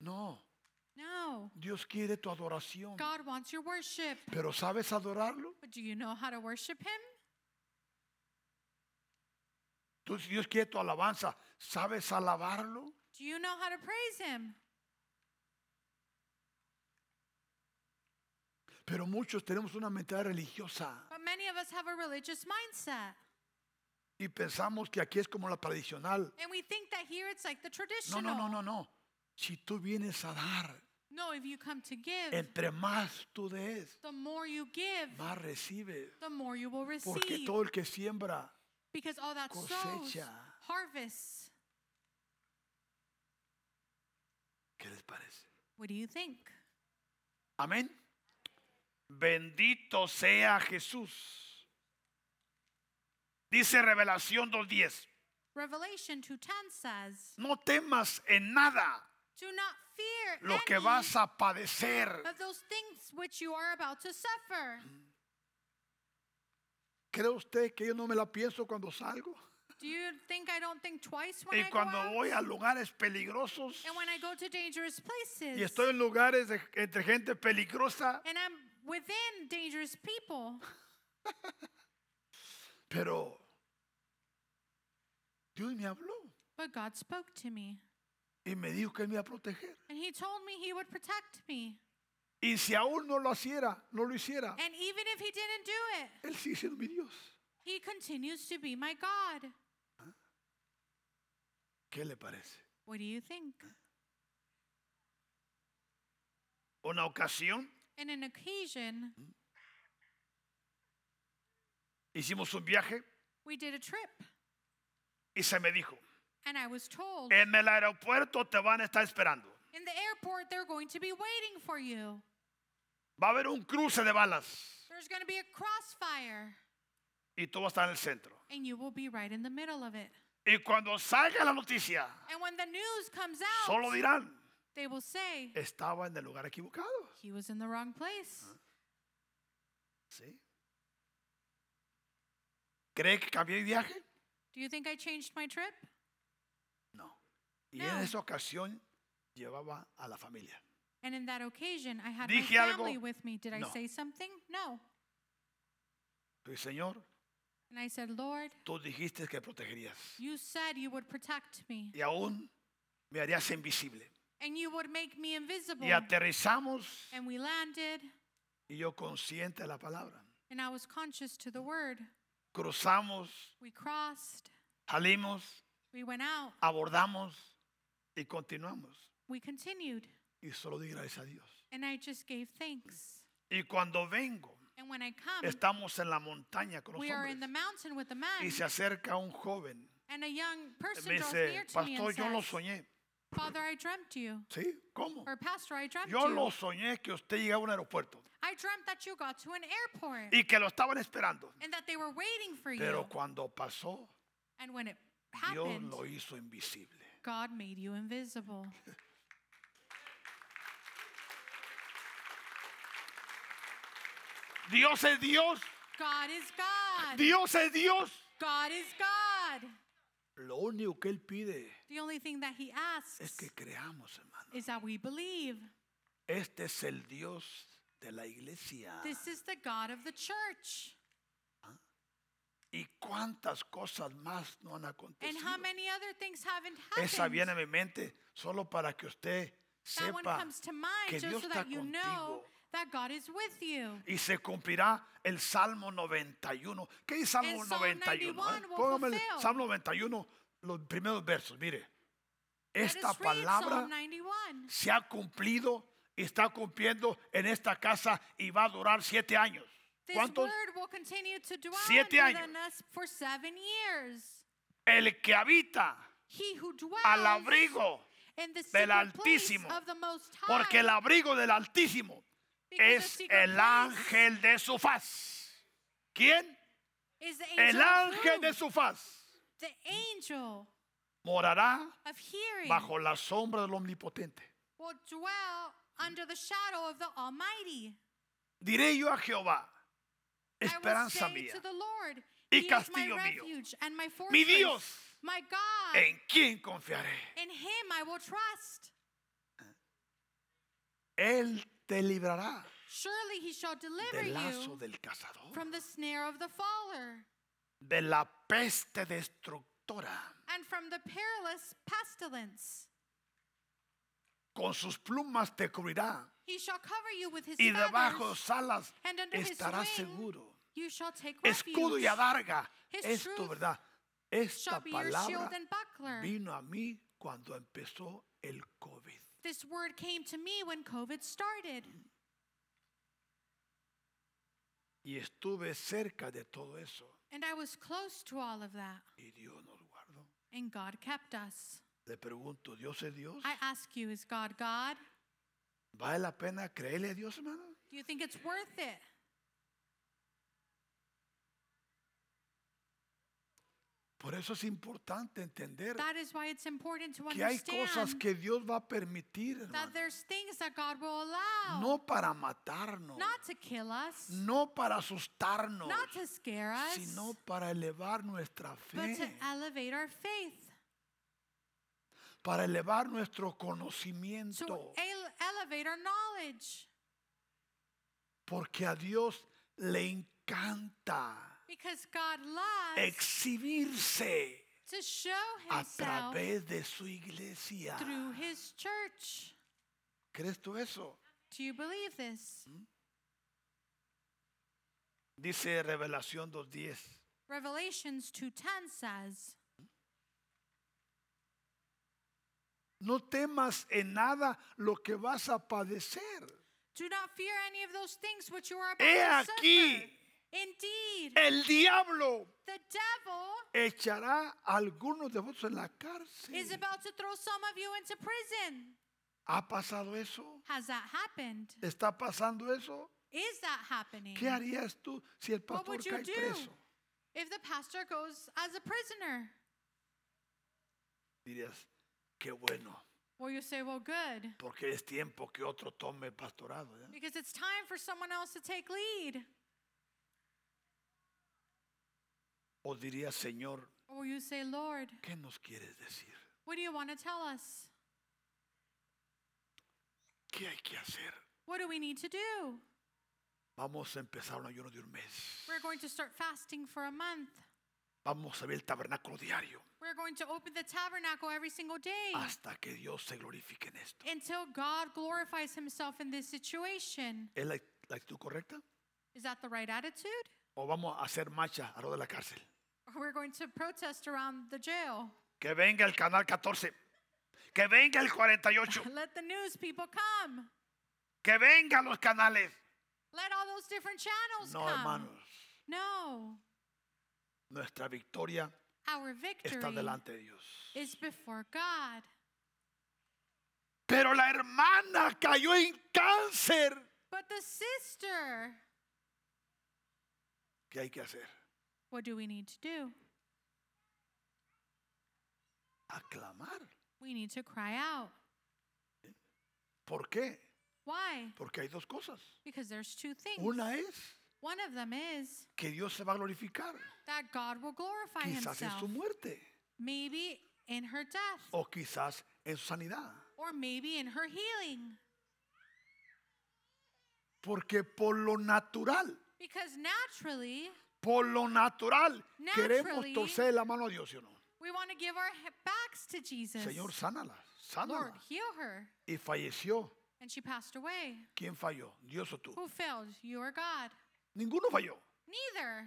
Speaker 1: No,
Speaker 2: No.
Speaker 1: Dios quiere tu adoración.
Speaker 2: God wants your worship.
Speaker 1: Pero ¿sabes adorarlo?
Speaker 2: But do you know how to worship him?
Speaker 1: Tú- Dios quiere tu alabanza. ¿Sabes alabarlo?
Speaker 2: Do you know how to praise him?
Speaker 1: Pero muchos tenemos una mentalidad religiosa
Speaker 2: But many of us have a religious mindset.
Speaker 1: y pensamos que aquí es como la tradicional.
Speaker 2: And we think that here it's like the
Speaker 1: No,
Speaker 2: traditional.
Speaker 1: no, no, no, no. Si tú vienes a dar,
Speaker 2: No, if you come to give,
Speaker 1: entre más tú des,
Speaker 2: the more you give,
Speaker 1: más recibes.
Speaker 2: the more you will receive.
Speaker 1: Porque todo el que siembra,
Speaker 2: because all that sows
Speaker 1: cosecha.
Speaker 2: harvests.
Speaker 1: ¿qué les parece?
Speaker 2: What do you think?
Speaker 1: Amén. Bendito sea Jesús. Dice Revelación 2.10.
Speaker 2: Revelation 2:10 says,
Speaker 1: No temas en nada
Speaker 2: "Do not fear
Speaker 1: lo que
Speaker 2: any
Speaker 1: vas a padecer.
Speaker 2: of those things which you are about to suffer."
Speaker 1: ¿Cree usted que yo no me la pienso cuando salgo?
Speaker 2: Do you think I don't think twice when
Speaker 1: Y
Speaker 2: I go
Speaker 1: cuando
Speaker 2: out?
Speaker 1: voy a lugares peligrosos
Speaker 2: And when I go to dangerous places.
Speaker 1: y estoy en lugares de- entre gente peligrosa,
Speaker 2: And I'm within dangerous people.
Speaker 1: pero Dios me habló
Speaker 2: But God spoke to me.
Speaker 1: y me dijo que Él me iba a proteger.
Speaker 2: And He told me He would protect me.
Speaker 1: Y si aún no lo hiciera, no lo hiciera,
Speaker 2: And even if He didn't do it,
Speaker 1: Él sigue siendo mi Dios.
Speaker 2: He continues to be my God.
Speaker 1: ¿Qué le parece?
Speaker 2: What do you think?
Speaker 1: Una ocasión
Speaker 2: In an occasion,
Speaker 1: hicimos un viaje
Speaker 2: we did a trip.
Speaker 1: y se me dijo,
Speaker 2: And I was told
Speaker 1: en el aeropuerto te van a estar esperando.
Speaker 2: in the airport, they're going to be waiting for you.
Speaker 1: Va a haber un cruce de balas
Speaker 2: There's going to be a crossfire.
Speaker 1: y tú vas a estar en el centro.
Speaker 2: And you will be right in the middle of it.
Speaker 1: Y cuando salga la noticia,
Speaker 2: And when the news comes out,
Speaker 1: solo Eh. dirán,
Speaker 2: they will say,
Speaker 1: estaba en el lugar equivocado.
Speaker 2: He was in the wrong place.
Speaker 1: ¿Sí? ¿Cree que cambié de viaje?
Speaker 2: Do you think I changed my trip?
Speaker 1: No. Y en
Speaker 2: No.
Speaker 1: esa ocasión llevaba a la familia.
Speaker 2: And in that occasion, I had
Speaker 1: Dije
Speaker 2: my
Speaker 1: algo?
Speaker 2: family with me. Did I
Speaker 1: No.
Speaker 2: say something? No.
Speaker 1: Y Señor,
Speaker 2: And I said, Lord,
Speaker 1: tú dijiste que protegerías.
Speaker 2: you said you would protect me,
Speaker 1: Y aún me harías invisible.
Speaker 2: and you would make me invisible.
Speaker 1: Y aterrizamos
Speaker 2: And we landed,
Speaker 1: y yo consciente de la palabra.
Speaker 2: and I was conscious to the word.
Speaker 1: Cruzamos,
Speaker 2: We crossed,
Speaker 1: salimos,
Speaker 2: we went out,
Speaker 1: abordamos y continuamos.
Speaker 2: we continued,
Speaker 1: Y solo di gracias a Dios.
Speaker 2: and I just gave thanks.
Speaker 1: Y cuando vengo,
Speaker 2: And when I come,
Speaker 1: estamos en la montaña con los
Speaker 2: we are in the
Speaker 1: hombres.
Speaker 2: mountain with the
Speaker 1: Y
Speaker 2: man,
Speaker 1: se acerca un joven.
Speaker 2: and a young
Speaker 1: Me
Speaker 2: person draws near
Speaker 1: dice,
Speaker 2: to me
Speaker 1: pastor,
Speaker 2: and
Speaker 1: yo lo
Speaker 2: says,
Speaker 1: soñé.
Speaker 2: Father, I dreamt you.
Speaker 1: ¿Sí? ¿Cómo?
Speaker 2: Or, Pastor, I dreamt
Speaker 1: Yo
Speaker 2: you.
Speaker 1: lo soñé que usted llegaba a un aeropuerto
Speaker 2: I dreamt that you got to an airport
Speaker 1: y que lo estaban esperando.
Speaker 2: and that they were waiting for you.
Speaker 1: Pero cuando pasó,
Speaker 2: And when it
Speaker 1: Dios
Speaker 2: happened,
Speaker 1: lo hizo invisible.
Speaker 2: God made
Speaker 1: [laughs]
Speaker 2: you invisible.
Speaker 1: Dios es Dios,
Speaker 2: God is God.
Speaker 1: Dios es Dios.
Speaker 2: God is God.
Speaker 1: Lo único que Él pide
Speaker 2: The only thing that He
Speaker 1: es
Speaker 2: asks
Speaker 1: que creamos, hermano.
Speaker 2: is that we believe.
Speaker 1: Este es el Dios de la iglesia.
Speaker 2: This is the God of the church.
Speaker 1: ¿Y cuántas cosas más no han
Speaker 2: And
Speaker 1: acontecido?
Speaker 2: how many other things haven't
Speaker 1: Esa viene a
Speaker 2: happened?
Speaker 1: mi mente solo para que usted
Speaker 2: That one
Speaker 1: sepa
Speaker 2: comes to mind
Speaker 1: que Dios
Speaker 2: just so
Speaker 1: está
Speaker 2: that you
Speaker 1: contigo.
Speaker 2: know that God is with you.
Speaker 1: Y se cumplirá el Salmo 91. ¿Qué es Salmo
Speaker 2: And Psalm
Speaker 1: 91?
Speaker 2: 91 will
Speaker 1: Ah, Póngame el
Speaker 2: fulfill.
Speaker 1: Salmo 91, los primeros versos. Mire,
Speaker 2: Let
Speaker 1: esta
Speaker 2: us read
Speaker 1: palabra
Speaker 2: Psalm 91.
Speaker 1: se ha cumplido y está cumpliendo en esta casa y va a durar siete años.
Speaker 2: This
Speaker 1: ¿Cuántos?
Speaker 2: word will continue to dwell
Speaker 1: Siete
Speaker 2: within
Speaker 1: años.
Speaker 2: us for seven years.
Speaker 1: El que habita
Speaker 2: He who
Speaker 1: al
Speaker 2: dwells
Speaker 1: abrigo,
Speaker 2: in the
Speaker 1: del
Speaker 2: secret place
Speaker 1: Altísimo,
Speaker 2: of the Most High.
Speaker 1: porque el abrigo del Altísimo
Speaker 2: because the
Speaker 1: es
Speaker 2: secret
Speaker 1: el
Speaker 2: place
Speaker 1: ángel de su faz. ¿Quién?
Speaker 2: is the
Speaker 1: El
Speaker 2: angel of
Speaker 1: ángel de
Speaker 2: whom?
Speaker 1: su faz
Speaker 2: The angel
Speaker 1: morará
Speaker 2: of hearing
Speaker 1: bajo la sombra del Omnipotente.
Speaker 2: will dwell under the shadow of the Almighty.
Speaker 1: Diré yo a Jehová, esperanza
Speaker 2: I will say
Speaker 1: mía,
Speaker 2: to the Lord,
Speaker 1: y
Speaker 2: He is
Speaker 1: castillo
Speaker 2: my
Speaker 1: mío,
Speaker 2: refuge and my fortress,
Speaker 1: mi Dios,
Speaker 2: my God.
Speaker 1: ¿en quién confiaré?
Speaker 2: In Him I will trust.
Speaker 1: Él te librará
Speaker 2: Surely He shall deliver
Speaker 1: del lazo
Speaker 2: you
Speaker 1: del cazador,
Speaker 2: from the snare of the faller
Speaker 1: de la peste destructora.
Speaker 2: and from the perilous pestilence.
Speaker 1: Con sus plumas te cubrirá
Speaker 2: He shall cover you with His
Speaker 1: y debajo de
Speaker 2: feathers,
Speaker 1: sus alas
Speaker 2: and under his
Speaker 1: estarás
Speaker 2: wing
Speaker 1: seguro.
Speaker 2: you shall take
Speaker 1: Escudo y
Speaker 2: refuge.
Speaker 1: adarga
Speaker 2: His
Speaker 1: es tu
Speaker 2: truth
Speaker 1: verdad. Esta
Speaker 2: shall be your shield
Speaker 1: palabra
Speaker 2: and buckler.
Speaker 1: vino a mí cuando empezó el COVID.
Speaker 2: This word came to me when COVID started,
Speaker 1: Y estuve cerca de todo eso
Speaker 2: and I was close to all of that,
Speaker 1: y Dios nos guardó.
Speaker 2: and God kept us.
Speaker 1: Le pregunto, ¿Dios es Dios?
Speaker 2: I ask you, is God God?
Speaker 1: ¿Vale la pena creerle a Dios, hermano?
Speaker 2: Do you think it's worth it?
Speaker 1: Por eso es importante entender
Speaker 2: That is why it's important to
Speaker 1: que hay cosas
Speaker 2: understand
Speaker 1: que Dios va a permitir,
Speaker 2: that
Speaker 1: hermano.
Speaker 2: there's things that God will allow
Speaker 1: No para matarnos,
Speaker 2: not to kill us,
Speaker 1: no para asustarnos,
Speaker 2: not to scare us,
Speaker 1: sino para elevar nuestra
Speaker 2: but to
Speaker 1: fe,
Speaker 2: elevate our faith,
Speaker 1: para elevar nuestro
Speaker 2: to
Speaker 1: conocimiento,
Speaker 2: ele- elevate our knowledge.
Speaker 1: porque a Dios le encanta
Speaker 2: Because God loves
Speaker 1: exhibirse
Speaker 2: to show
Speaker 1: a
Speaker 2: himself
Speaker 1: través de su iglesia.
Speaker 2: through his church.
Speaker 1: ¿Crees tú eso?
Speaker 2: Do you believe this?
Speaker 1: Mm. Dice Revelación 2.10.
Speaker 2: Revelations 2:10 says,
Speaker 1: No temas en nada lo que vas a padecer.
Speaker 2: "Do not fear any of those things which you are about
Speaker 1: He
Speaker 2: to
Speaker 1: aquí,
Speaker 2: suffer. Indeed,
Speaker 1: el diablo
Speaker 2: the devil
Speaker 1: echará a algunos de vosotros en la cárcel.
Speaker 2: is about to throw some of you into prison."
Speaker 1: ¿Ha pasado eso?
Speaker 2: Has that happened?
Speaker 1: ¿Está pasando eso?
Speaker 2: Is that happening?
Speaker 1: ¿Qué harías tú si el
Speaker 2: What
Speaker 1: pastor
Speaker 2: would you
Speaker 1: cae
Speaker 2: do
Speaker 1: preso?
Speaker 2: if the pastor goes as a prisoner?
Speaker 1: Dirías, qué bueno,
Speaker 2: Well, you say, "Well, good."
Speaker 1: porque es tiempo que otro tome el pastorado. ¿ya?
Speaker 2: Because it's time for someone else to take lead.
Speaker 1: O dirías, Señor,
Speaker 2: Or you say, Lord,
Speaker 1: ¿qué nos quieres decir?
Speaker 2: What do you want to tell us?
Speaker 1: ¿Qué hay que hacer?
Speaker 2: What do we need to do?
Speaker 1: Vamos a empezar un ayuno de un mes.
Speaker 2: We're going to start fasting for a month.
Speaker 1: Vamos a ver el tabernáculo diario
Speaker 2: We're going to open the tabernacle every single day
Speaker 1: hasta que Dios se glorifique en esto.
Speaker 2: until God glorifies himself in this situation.
Speaker 1: ¿Es la, la actitud correcta?
Speaker 2: Is that the right attitude?
Speaker 1: ¿O vamos a hacer marcha a lo de la cárcel?
Speaker 2: Or we're going to protest around the jail.
Speaker 1: Que venga el canal 14. Que venga el 48.
Speaker 2: [laughs] Let the news people come.
Speaker 1: Que vengan los canales.
Speaker 2: Let all those different channels
Speaker 1: No,
Speaker 2: come.
Speaker 1: hermanos.
Speaker 2: No.
Speaker 1: Nuestra victoria
Speaker 2: Our
Speaker 1: está
Speaker 2: victory
Speaker 1: delante de Dios.
Speaker 2: is before God.
Speaker 1: Pero la hermana cayó en cáncer.
Speaker 2: But the sister,
Speaker 1: ¿Qué hay que hacer?
Speaker 2: what do we need to do?
Speaker 1: Aclamar.
Speaker 2: We need to cry out.
Speaker 1: ¿Por qué?
Speaker 2: Why?
Speaker 1: Porque hay dos cosas.
Speaker 2: Because there's two things.
Speaker 1: Una es
Speaker 2: One of them is
Speaker 1: que Dios se va a glorificar.
Speaker 2: that God will glorify
Speaker 1: Quizás en
Speaker 2: himself.
Speaker 1: su muerte. Oh.
Speaker 2: Maybe in her death,
Speaker 1: O quizás en su sanidad.
Speaker 2: or maybe in her healing.
Speaker 1: Porque por lo natural,
Speaker 2: Because naturally,
Speaker 1: por lo natural, queremos
Speaker 2: Naturally,
Speaker 1: torcer la mano a Dios, ¿sí o no?
Speaker 2: we want to give our he- backs to Jesus.
Speaker 1: Señor, sánala,
Speaker 2: Lord,
Speaker 1: sánala.
Speaker 2: heal her.
Speaker 1: Y falleció.
Speaker 2: And she passed away.
Speaker 1: ¿Quién falló? Dios o tú.
Speaker 2: Who failed, you or God?
Speaker 1: Ninguno falló.
Speaker 2: Neither.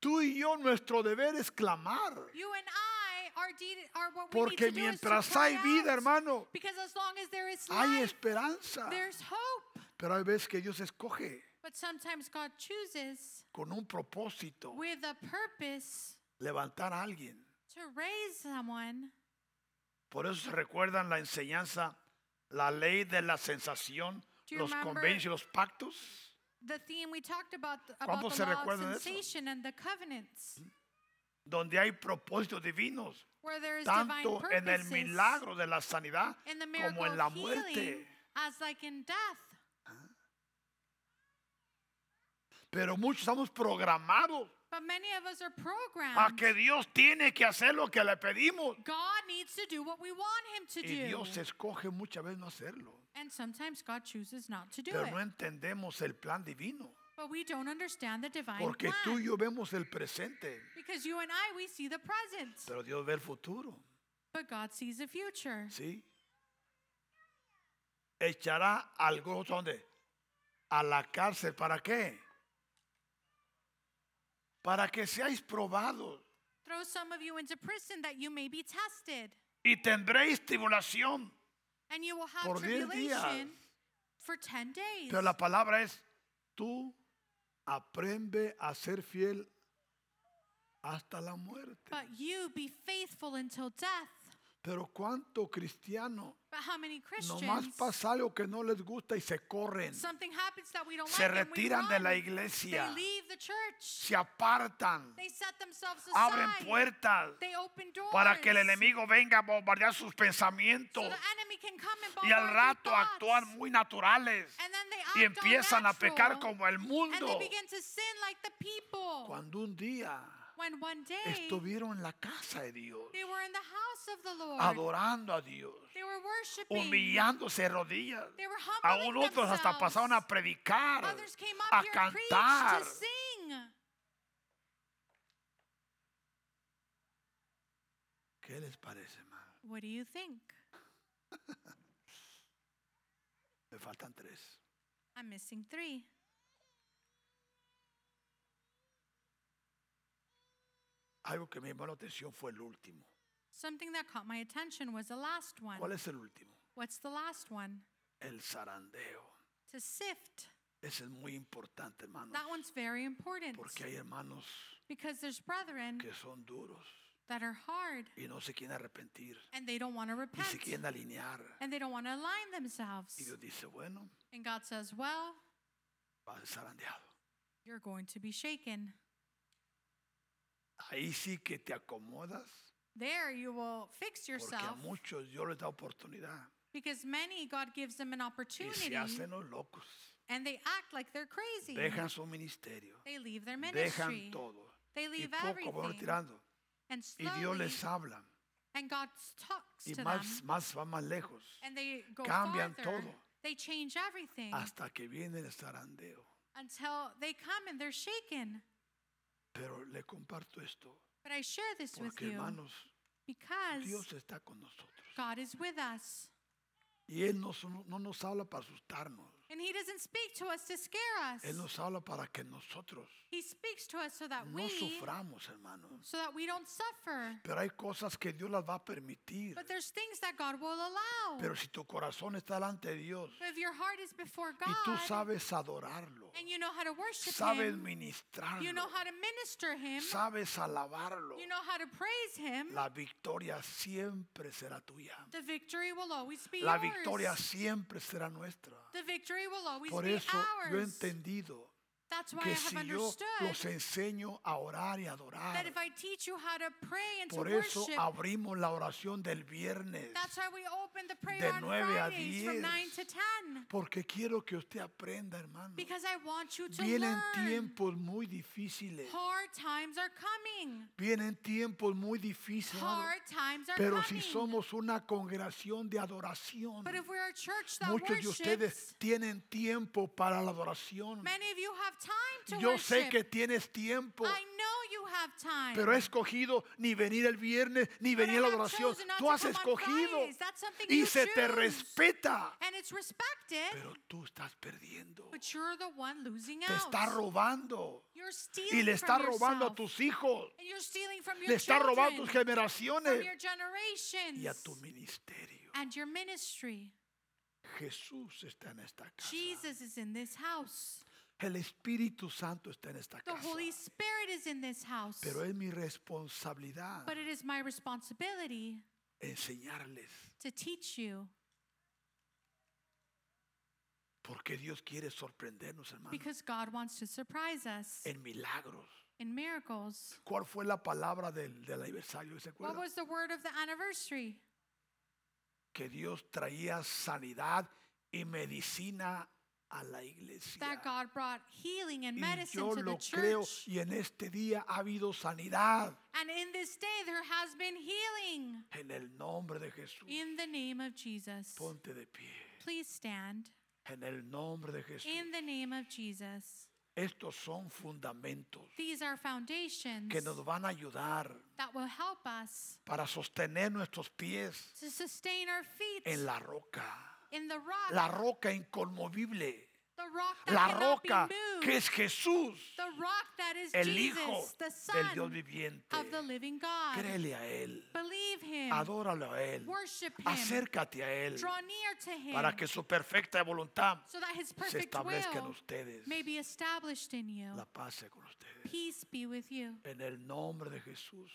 Speaker 1: Tú y yo, nuestro deber es clamar.
Speaker 2: You and I are, deed, are what we
Speaker 1: Porque
Speaker 2: need to do is to
Speaker 1: mientras
Speaker 2: cry
Speaker 1: hay vida,
Speaker 2: out.
Speaker 1: hermano,
Speaker 2: Because as long as there is
Speaker 1: hay
Speaker 2: life,
Speaker 1: esperanza.
Speaker 2: there's hope.
Speaker 1: Pero hay veces que Dios escoge
Speaker 2: But sometimes God chooses
Speaker 1: con un propósito
Speaker 2: with a purpose
Speaker 1: levantar a alguien.
Speaker 2: to raise someone.
Speaker 1: Por eso se recuerdan la enseñanza, la ley de la sensación,
Speaker 2: Do you
Speaker 1: los
Speaker 2: remember-
Speaker 1: convenios y los pactos.
Speaker 2: The theme we talked about, th- about
Speaker 1: ¿Cuántos
Speaker 2: the
Speaker 1: se
Speaker 2: law of
Speaker 1: recuerdan de eso?
Speaker 2: sensation and the covenants,
Speaker 1: donde hay propósitos divinos,
Speaker 2: where there is divine
Speaker 1: tanto en el
Speaker 2: purposes
Speaker 1: milagro de la sanidad
Speaker 2: in the miracle
Speaker 1: como en la
Speaker 2: of healing,
Speaker 1: muerte.
Speaker 2: as like in death.
Speaker 1: Pero muchos estamos programados
Speaker 2: But many of us are
Speaker 1: a
Speaker 2: programmed.
Speaker 1: que Dios tiene que hacer lo que le pedimos.
Speaker 2: God needs to do what we want him to
Speaker 1: Y
Speaker 2: do.
Speaker 1: Dios escoge muchas veces no hacerlo.
Speaker 2: And sometimes God chooses not to do
Speaker 1: Pero
Speaker 2: it.
Speaker 1: no entendemos el plan divino.
Speaker 2: But we don't understand the divine
Speaker 1: Porque tú
Speaker 2: plan.
Speaker 1: y yo vemos el presente,
Speaker 2: Because you and I, we see the present.
Speaker 1: pero Dios ve el futuro.
Speaker 2: But God sees the future.
Speaker 1: ¿Sí? Echará al gozo ¿dónde? A la cárcel. ¿Para qué? Para que seáis probados
Speaker 2: Throw some of you into prison that you may be tested.
Speaker 1: y tendréis tribulación.
Speaker 2: And you will have
Speaker 1: Por diez días.
Speaker 2: tribulation for 10 days.
Speaker 1: Pero la palabra es, tú aprende a ser fiel hasta la muerte.
Speaker 2: But you be faithful until death.
Speaker 1: Pero cuánto cristiano
Speaker 2: But how many Christians?
Speaker 1: nomás pasa algo que no les gusta y se corren,
Speaker 2: something happens that we don't
Speaker 1: se
Speaker 2: like. and we
Speaker 1: retiran de la
Speaker 2: run.
Speaker 1: iglesia,
Speaker 2: They leave the church.
Speaker 1: se apartan,
Speaker 2: They set themselves aside.
Speaker 1: abren puertas
Speaker 2: They open doors.
Speaker 1: para que el enemigo venga a bombardear sus
Speaker 2: So
Speaker 1: pensamientos
Speaker 2: the enemy can come and
Speaker 1: y al
Speaker 2: bombard your
Speaker 1: rato
Speaker 2: thoughts.
Speaker 1: actúan muy naturales
Speaker 2: And then they
Speaker 1: y
Speaker 2: act all
Speaker 1: empiezan a pecar
Speaker 2: natural,
Speaker 1: como el
Speaker 2: And they
Speaker 1: mundo.
Speaker 2: begin to sin like the people.
Speaker 1: Cuando un día
Speaker 2: when one day
Speaker 1: estuvieron en la casa de Dios,
Speaker 2: they were in the house of the Lord.
Speaker 1: adorando a Dios,
Speaker 2: They were worshiping.
Speaker 1: humillándose de rodillas.
Speaker 2: They were
Speaker 1: Aún
Speaker 2: humbling
Speaker 1: otros hasta
Speaker 2: themselves.
Speaker 1: pasaron a predicar,
Speaker 2: Others came up
Speaker 1: a
Speaker 2: here and preached,
Speaker 1: cantar.
Speaker 2: to sing.
Speaker 1: ¿Qué les parece, hermano?
Speaker 2: What do you think?
Speaker 1: Me faltan tres.
Speaker 2: I'm missing three.
Speaker 1: Algo que me llamó la atención fue el último.
Speaker 2: Something that caught my attention was the last one.
Speaker 1: ¿Cuál es el último?
Speaker 2: What's the last one?
Speaker 1: El zarandeo.
Speaker 2: To sift.
Speaker 1: Ese es muy importante, hermano.
Speaker 2: That one's very important
Speaker 1: Porque hay hermanos
Speaker 2: because there's brethren
Speaker 1: que son duros
Speaker 2: that are hard
Speaker 1: y no se quieren arrepentir,
Speaker 2: and they don't want to
Speaker 1: ni se
Speaker 2: repent
Speaker 1: quieren alinear.
Speaker 2: and they don't want to align themselves.
Speaker 1: Y Dios dice, bueno,
Speaker 2: And God says, Well,
Speaker 1: vas a ser zarandeado.
Speaker 2: you're going to be shaken.
Speaker 1: Ahí sí que te acomodas
Speaker 2: There you will fix
Speaker 1: Porque a
Speaker 2: yourself
Speaker 1: muchos Dios les da oportunidad
Speaker 2: because many God gives them an
Speaker 1: y
Speaker 2: opportunity
Speaker 1: se hacen los locos.
Speaker 2: and they act like they're crazy.
Speaker 1: Dejan su ministerio,
Speaker 2: They leave their
Speaker 1: dejan
Speaker 2: ministry.
Speaker 1: todo
Speaker 2: They
Speaker 1: y
Speaker 2: leave
Speaker 1: poco van
Speaker 2: everything.
Speaker 1: retirando
Speaker 2: And
Speaker 1: y Dios
Speaker 2: slowly
Speaker 1: les habla
Speaker 2: And God talks
Speaker 1: y
Speaker 2: to them.
Speaker 1: más, más va más lejos
Speaker 2: And they go
Speaker 1: cambian
Speaker 2: farther.
Speaker 1: todo.
Speaker 2: They change everything
Speaker 1: hasta que viene el zarandeo.
Speaker 2: until they come and they're shaken.
Speaker 1: Pero le comparto esto
Speaker 2: But I share this with
Speaker 1: porque
Speaker 2: you
Speaker 1: hermanos,
Speaker 2: because
Speaker 1: Dios está con nosotros
Speaker 2: God is with us.
Speaker 1: y Él nos- no nos habla para asustarnos,
Speaker 2: And He doesn't speak to us to scare us.
Speaker 1: Él nos habla para que nosotros
Speaker 2: He speaks to us so that
Speaker 1: no
Speaker 2: we
Speaker 1: suframos, hermanos.
Speaker 2: so that we don't suffer.
Speaker 1: Pero hay cosas que Dios las va a permitir.
Speaker 2: But there's things that God will allow.
Speaker 1: Pero si tu corazón está delante de Dios
Speaker 2: But if your heart is before
Speaker 1: y tú
Speaker 2: God
Speaker 1: sabes adorarlo,
Speaker 2: and you know how to worship
Speaker 1: sabes
Speaker 2: Him, you know
Speaker 1: ministrarlo,
Speaker 2: how to minister Him,
Speaker 1: sabes alabarlo,
Speaker 2: you know how to praise Him,
Speaker 1: la victoria siempre será tuya.
Speaker 2: the victory will always be
Speaker 1: La
Speaker 2: yours.
Speaker 1: victoria siempre será nuestra.
Speaker 2: The victory will always
Speaker 1: Por
Speaker 2: be
Speaker 1: eso yo he
Speaker 2: ours.
Speaker 1: entendido
Speaker 2: That's why I
Speaker 1: que
Speaker 2: have
Speaker 1: si yo los
Speaker 2: understood
Speaker 1: enseño a orar y a
Speaker 2: that
Speaker 1: adorar,
Speaker 2: if I teach you how to pray and to
Speaker 1: por eso
Speaker 2: worship,
Speaker 1: abrimos la oración del viernes,
Speaker 2: that's why we open the prayer
Speaker 1: de
Speaker 2: on
Speaker 1: nueve a
Speaker 2: Fridays from 9
Speaker 1: diez.
Speaker 2: to 10.
Speaker 1: porque quiero que usted aprenda, hermano.
Speaker 2: Because I want you to
Speaker 1: Vienen
Speaker 2: learn.
Speaker 1: tiempos muy difíciles.
Speaker 2: Hard times are coming.
Speaker 1: Vienen tiempos muy difíciles. hermano.
Speaker 2: Hard times are
Speaker 1: Pero si
Speaker 2: coming.
Speaker 1: somos una congregación de adoración,
Speaker 2: but if we're a church that
Speaker 1: muchos de
Speaker 2: worships,
Speaker 1: ustedes tienen tiempo para la adoración.
Speaker 2: many of you have time to
Speaker 1: Yo sé
Speaker 2: worship.
Speaker 1: que tienes tiempo,
Speaker 2: I know you have time.
Speaker 1: pero he escogido ni venir el viernes ni
Speaker 2: But I
Speaker 1: venir a la
Speaker 2: have
Speaker 1: adoración.
Speaker 2: chosen not
Speaker 1: Tú
Speaker 2: to
Speaker 1: has
Speaker 2: come on
Speaker 1: escogido
Speaker 2: Fridays. That's something
Speaker 1: y
Speaker 2: you
Speaker 1: se te
Speaker 2: choose.
Speaker 1: respeta,
Speaker 2: and it's respected,
Speaker 1: pero tú estás perdiendo.
Speaker 2: but you're the one losing
Speaker 1: Te
Speaker 2: out.
Speaker 1: está robando
Speaker 2: You're stealing
Speaker 1: y le está
Speaker 2: from
Speaker 1: robando a
Speaker 2: yourself.
Speaker 1: tus hijos,
Speaker 2: and you're stealing from your
Speaker 1: le está
Speaker 2: children,
Speaker 1: robando a tus
Speaker 2: from
Speaker 1: generaciones
Speaker 2: your
Speaker 1: y a
Speaker 2: generations,
Speaker 1: tu ministerio.
Speaker 2: and your ministry.
Speaker 1: Jesús está en esta casa.
Speaker 2: Jesus is in this house.
Speaker 1: El Espíritu Santo está en esta
Speaker 2: The
Speaker 1: casa.
Speaker 2: Holy Spirit is in this house.
Speaker 1: Pero es mi responsabilidad
Speaker 2: but it is my responsibility
Speaker 1: enseñarles,
Speaker 2: to teach you
Speaker 1: porque Dios quiere sorprendernos, hermano,
Speaker 2: because God wants to surprise us
Speaker 1: en milagros.
Speaker 2: in miracles.
Speaker 1: ¿Cuál fue la palabra del, del aniversario? ¿Se
Speaker 2: What
Speaker 1: acuerdan?
Speaker 2: was the word of the anniversary?
Speaker 1: Que Dios traía sanidad y medicina a la iglesia.
Speaker 2: That God brought healing and
Speaker 1: Y
Speaker 2: medicine
Speaker 1: yo
Speaker 2: to the
Speaker 1: lo creo
Speaker 2: church.
Speaker 1: y en este día ha habido sanidad
Speaker 2: And in this day there has been healing
Speaker 1: en el nombre de Jesús.
Speaker 2: in the name of Jesus.
Speaker 1: Ponte de pie
Speaker 2: Please stand
Speaker 1: en el nombre de Jesús.
Speaker 2: in the name of Jesus.
Speaker 1: Estos son fundamentos
Speaker 2: These are foundations
Speaker 1: que nos van a ayudar
Speaker 2: that will help us
Speaker 1: para sostener nuestros pies
Speaker 2: to sustain our feet
Speaker 1: en la roca.
Speaker 2: in the rock,
Speaker 1: La roca inconmovible.
Speaker 2: the rock that
Speaker 1: La
Speaker 2: cannot
Speaker 1: roca
Speaker 2: be moved,
Speaker 1: que es Jesús,
Speaker 2: the rock that is
Speaker 1: el
Speaker 2: Jesus,
Speaker 1: Hijo
Speaker 2: the
Speaker 1: del Dios
Speaker 2: Son
Speaker 1: viviente.
Speaker 2: of the living God.
Speaker 1: Créele a Él.
Speaker 2: Believe Him.
Speaker 1: Adóralo a Él.
Speaker 2: Worship Him.
Speaker 1: Acércate a Él
Speaker 2: Draw near to Him
Speaker 1: para que su perfecta voluntad
Speaker 2: so that His
Speaker 1: se
Speaker 2: perfect
Speaker 1: establezca en
Speaker 2: will
Speaker 1: ustedes.
Speaker 2: may be established in you.
Speaker 1: La paz sea con ustedes.
Speaker 2: Peace be with you.
Speaker 1: En el nombre de Jesús.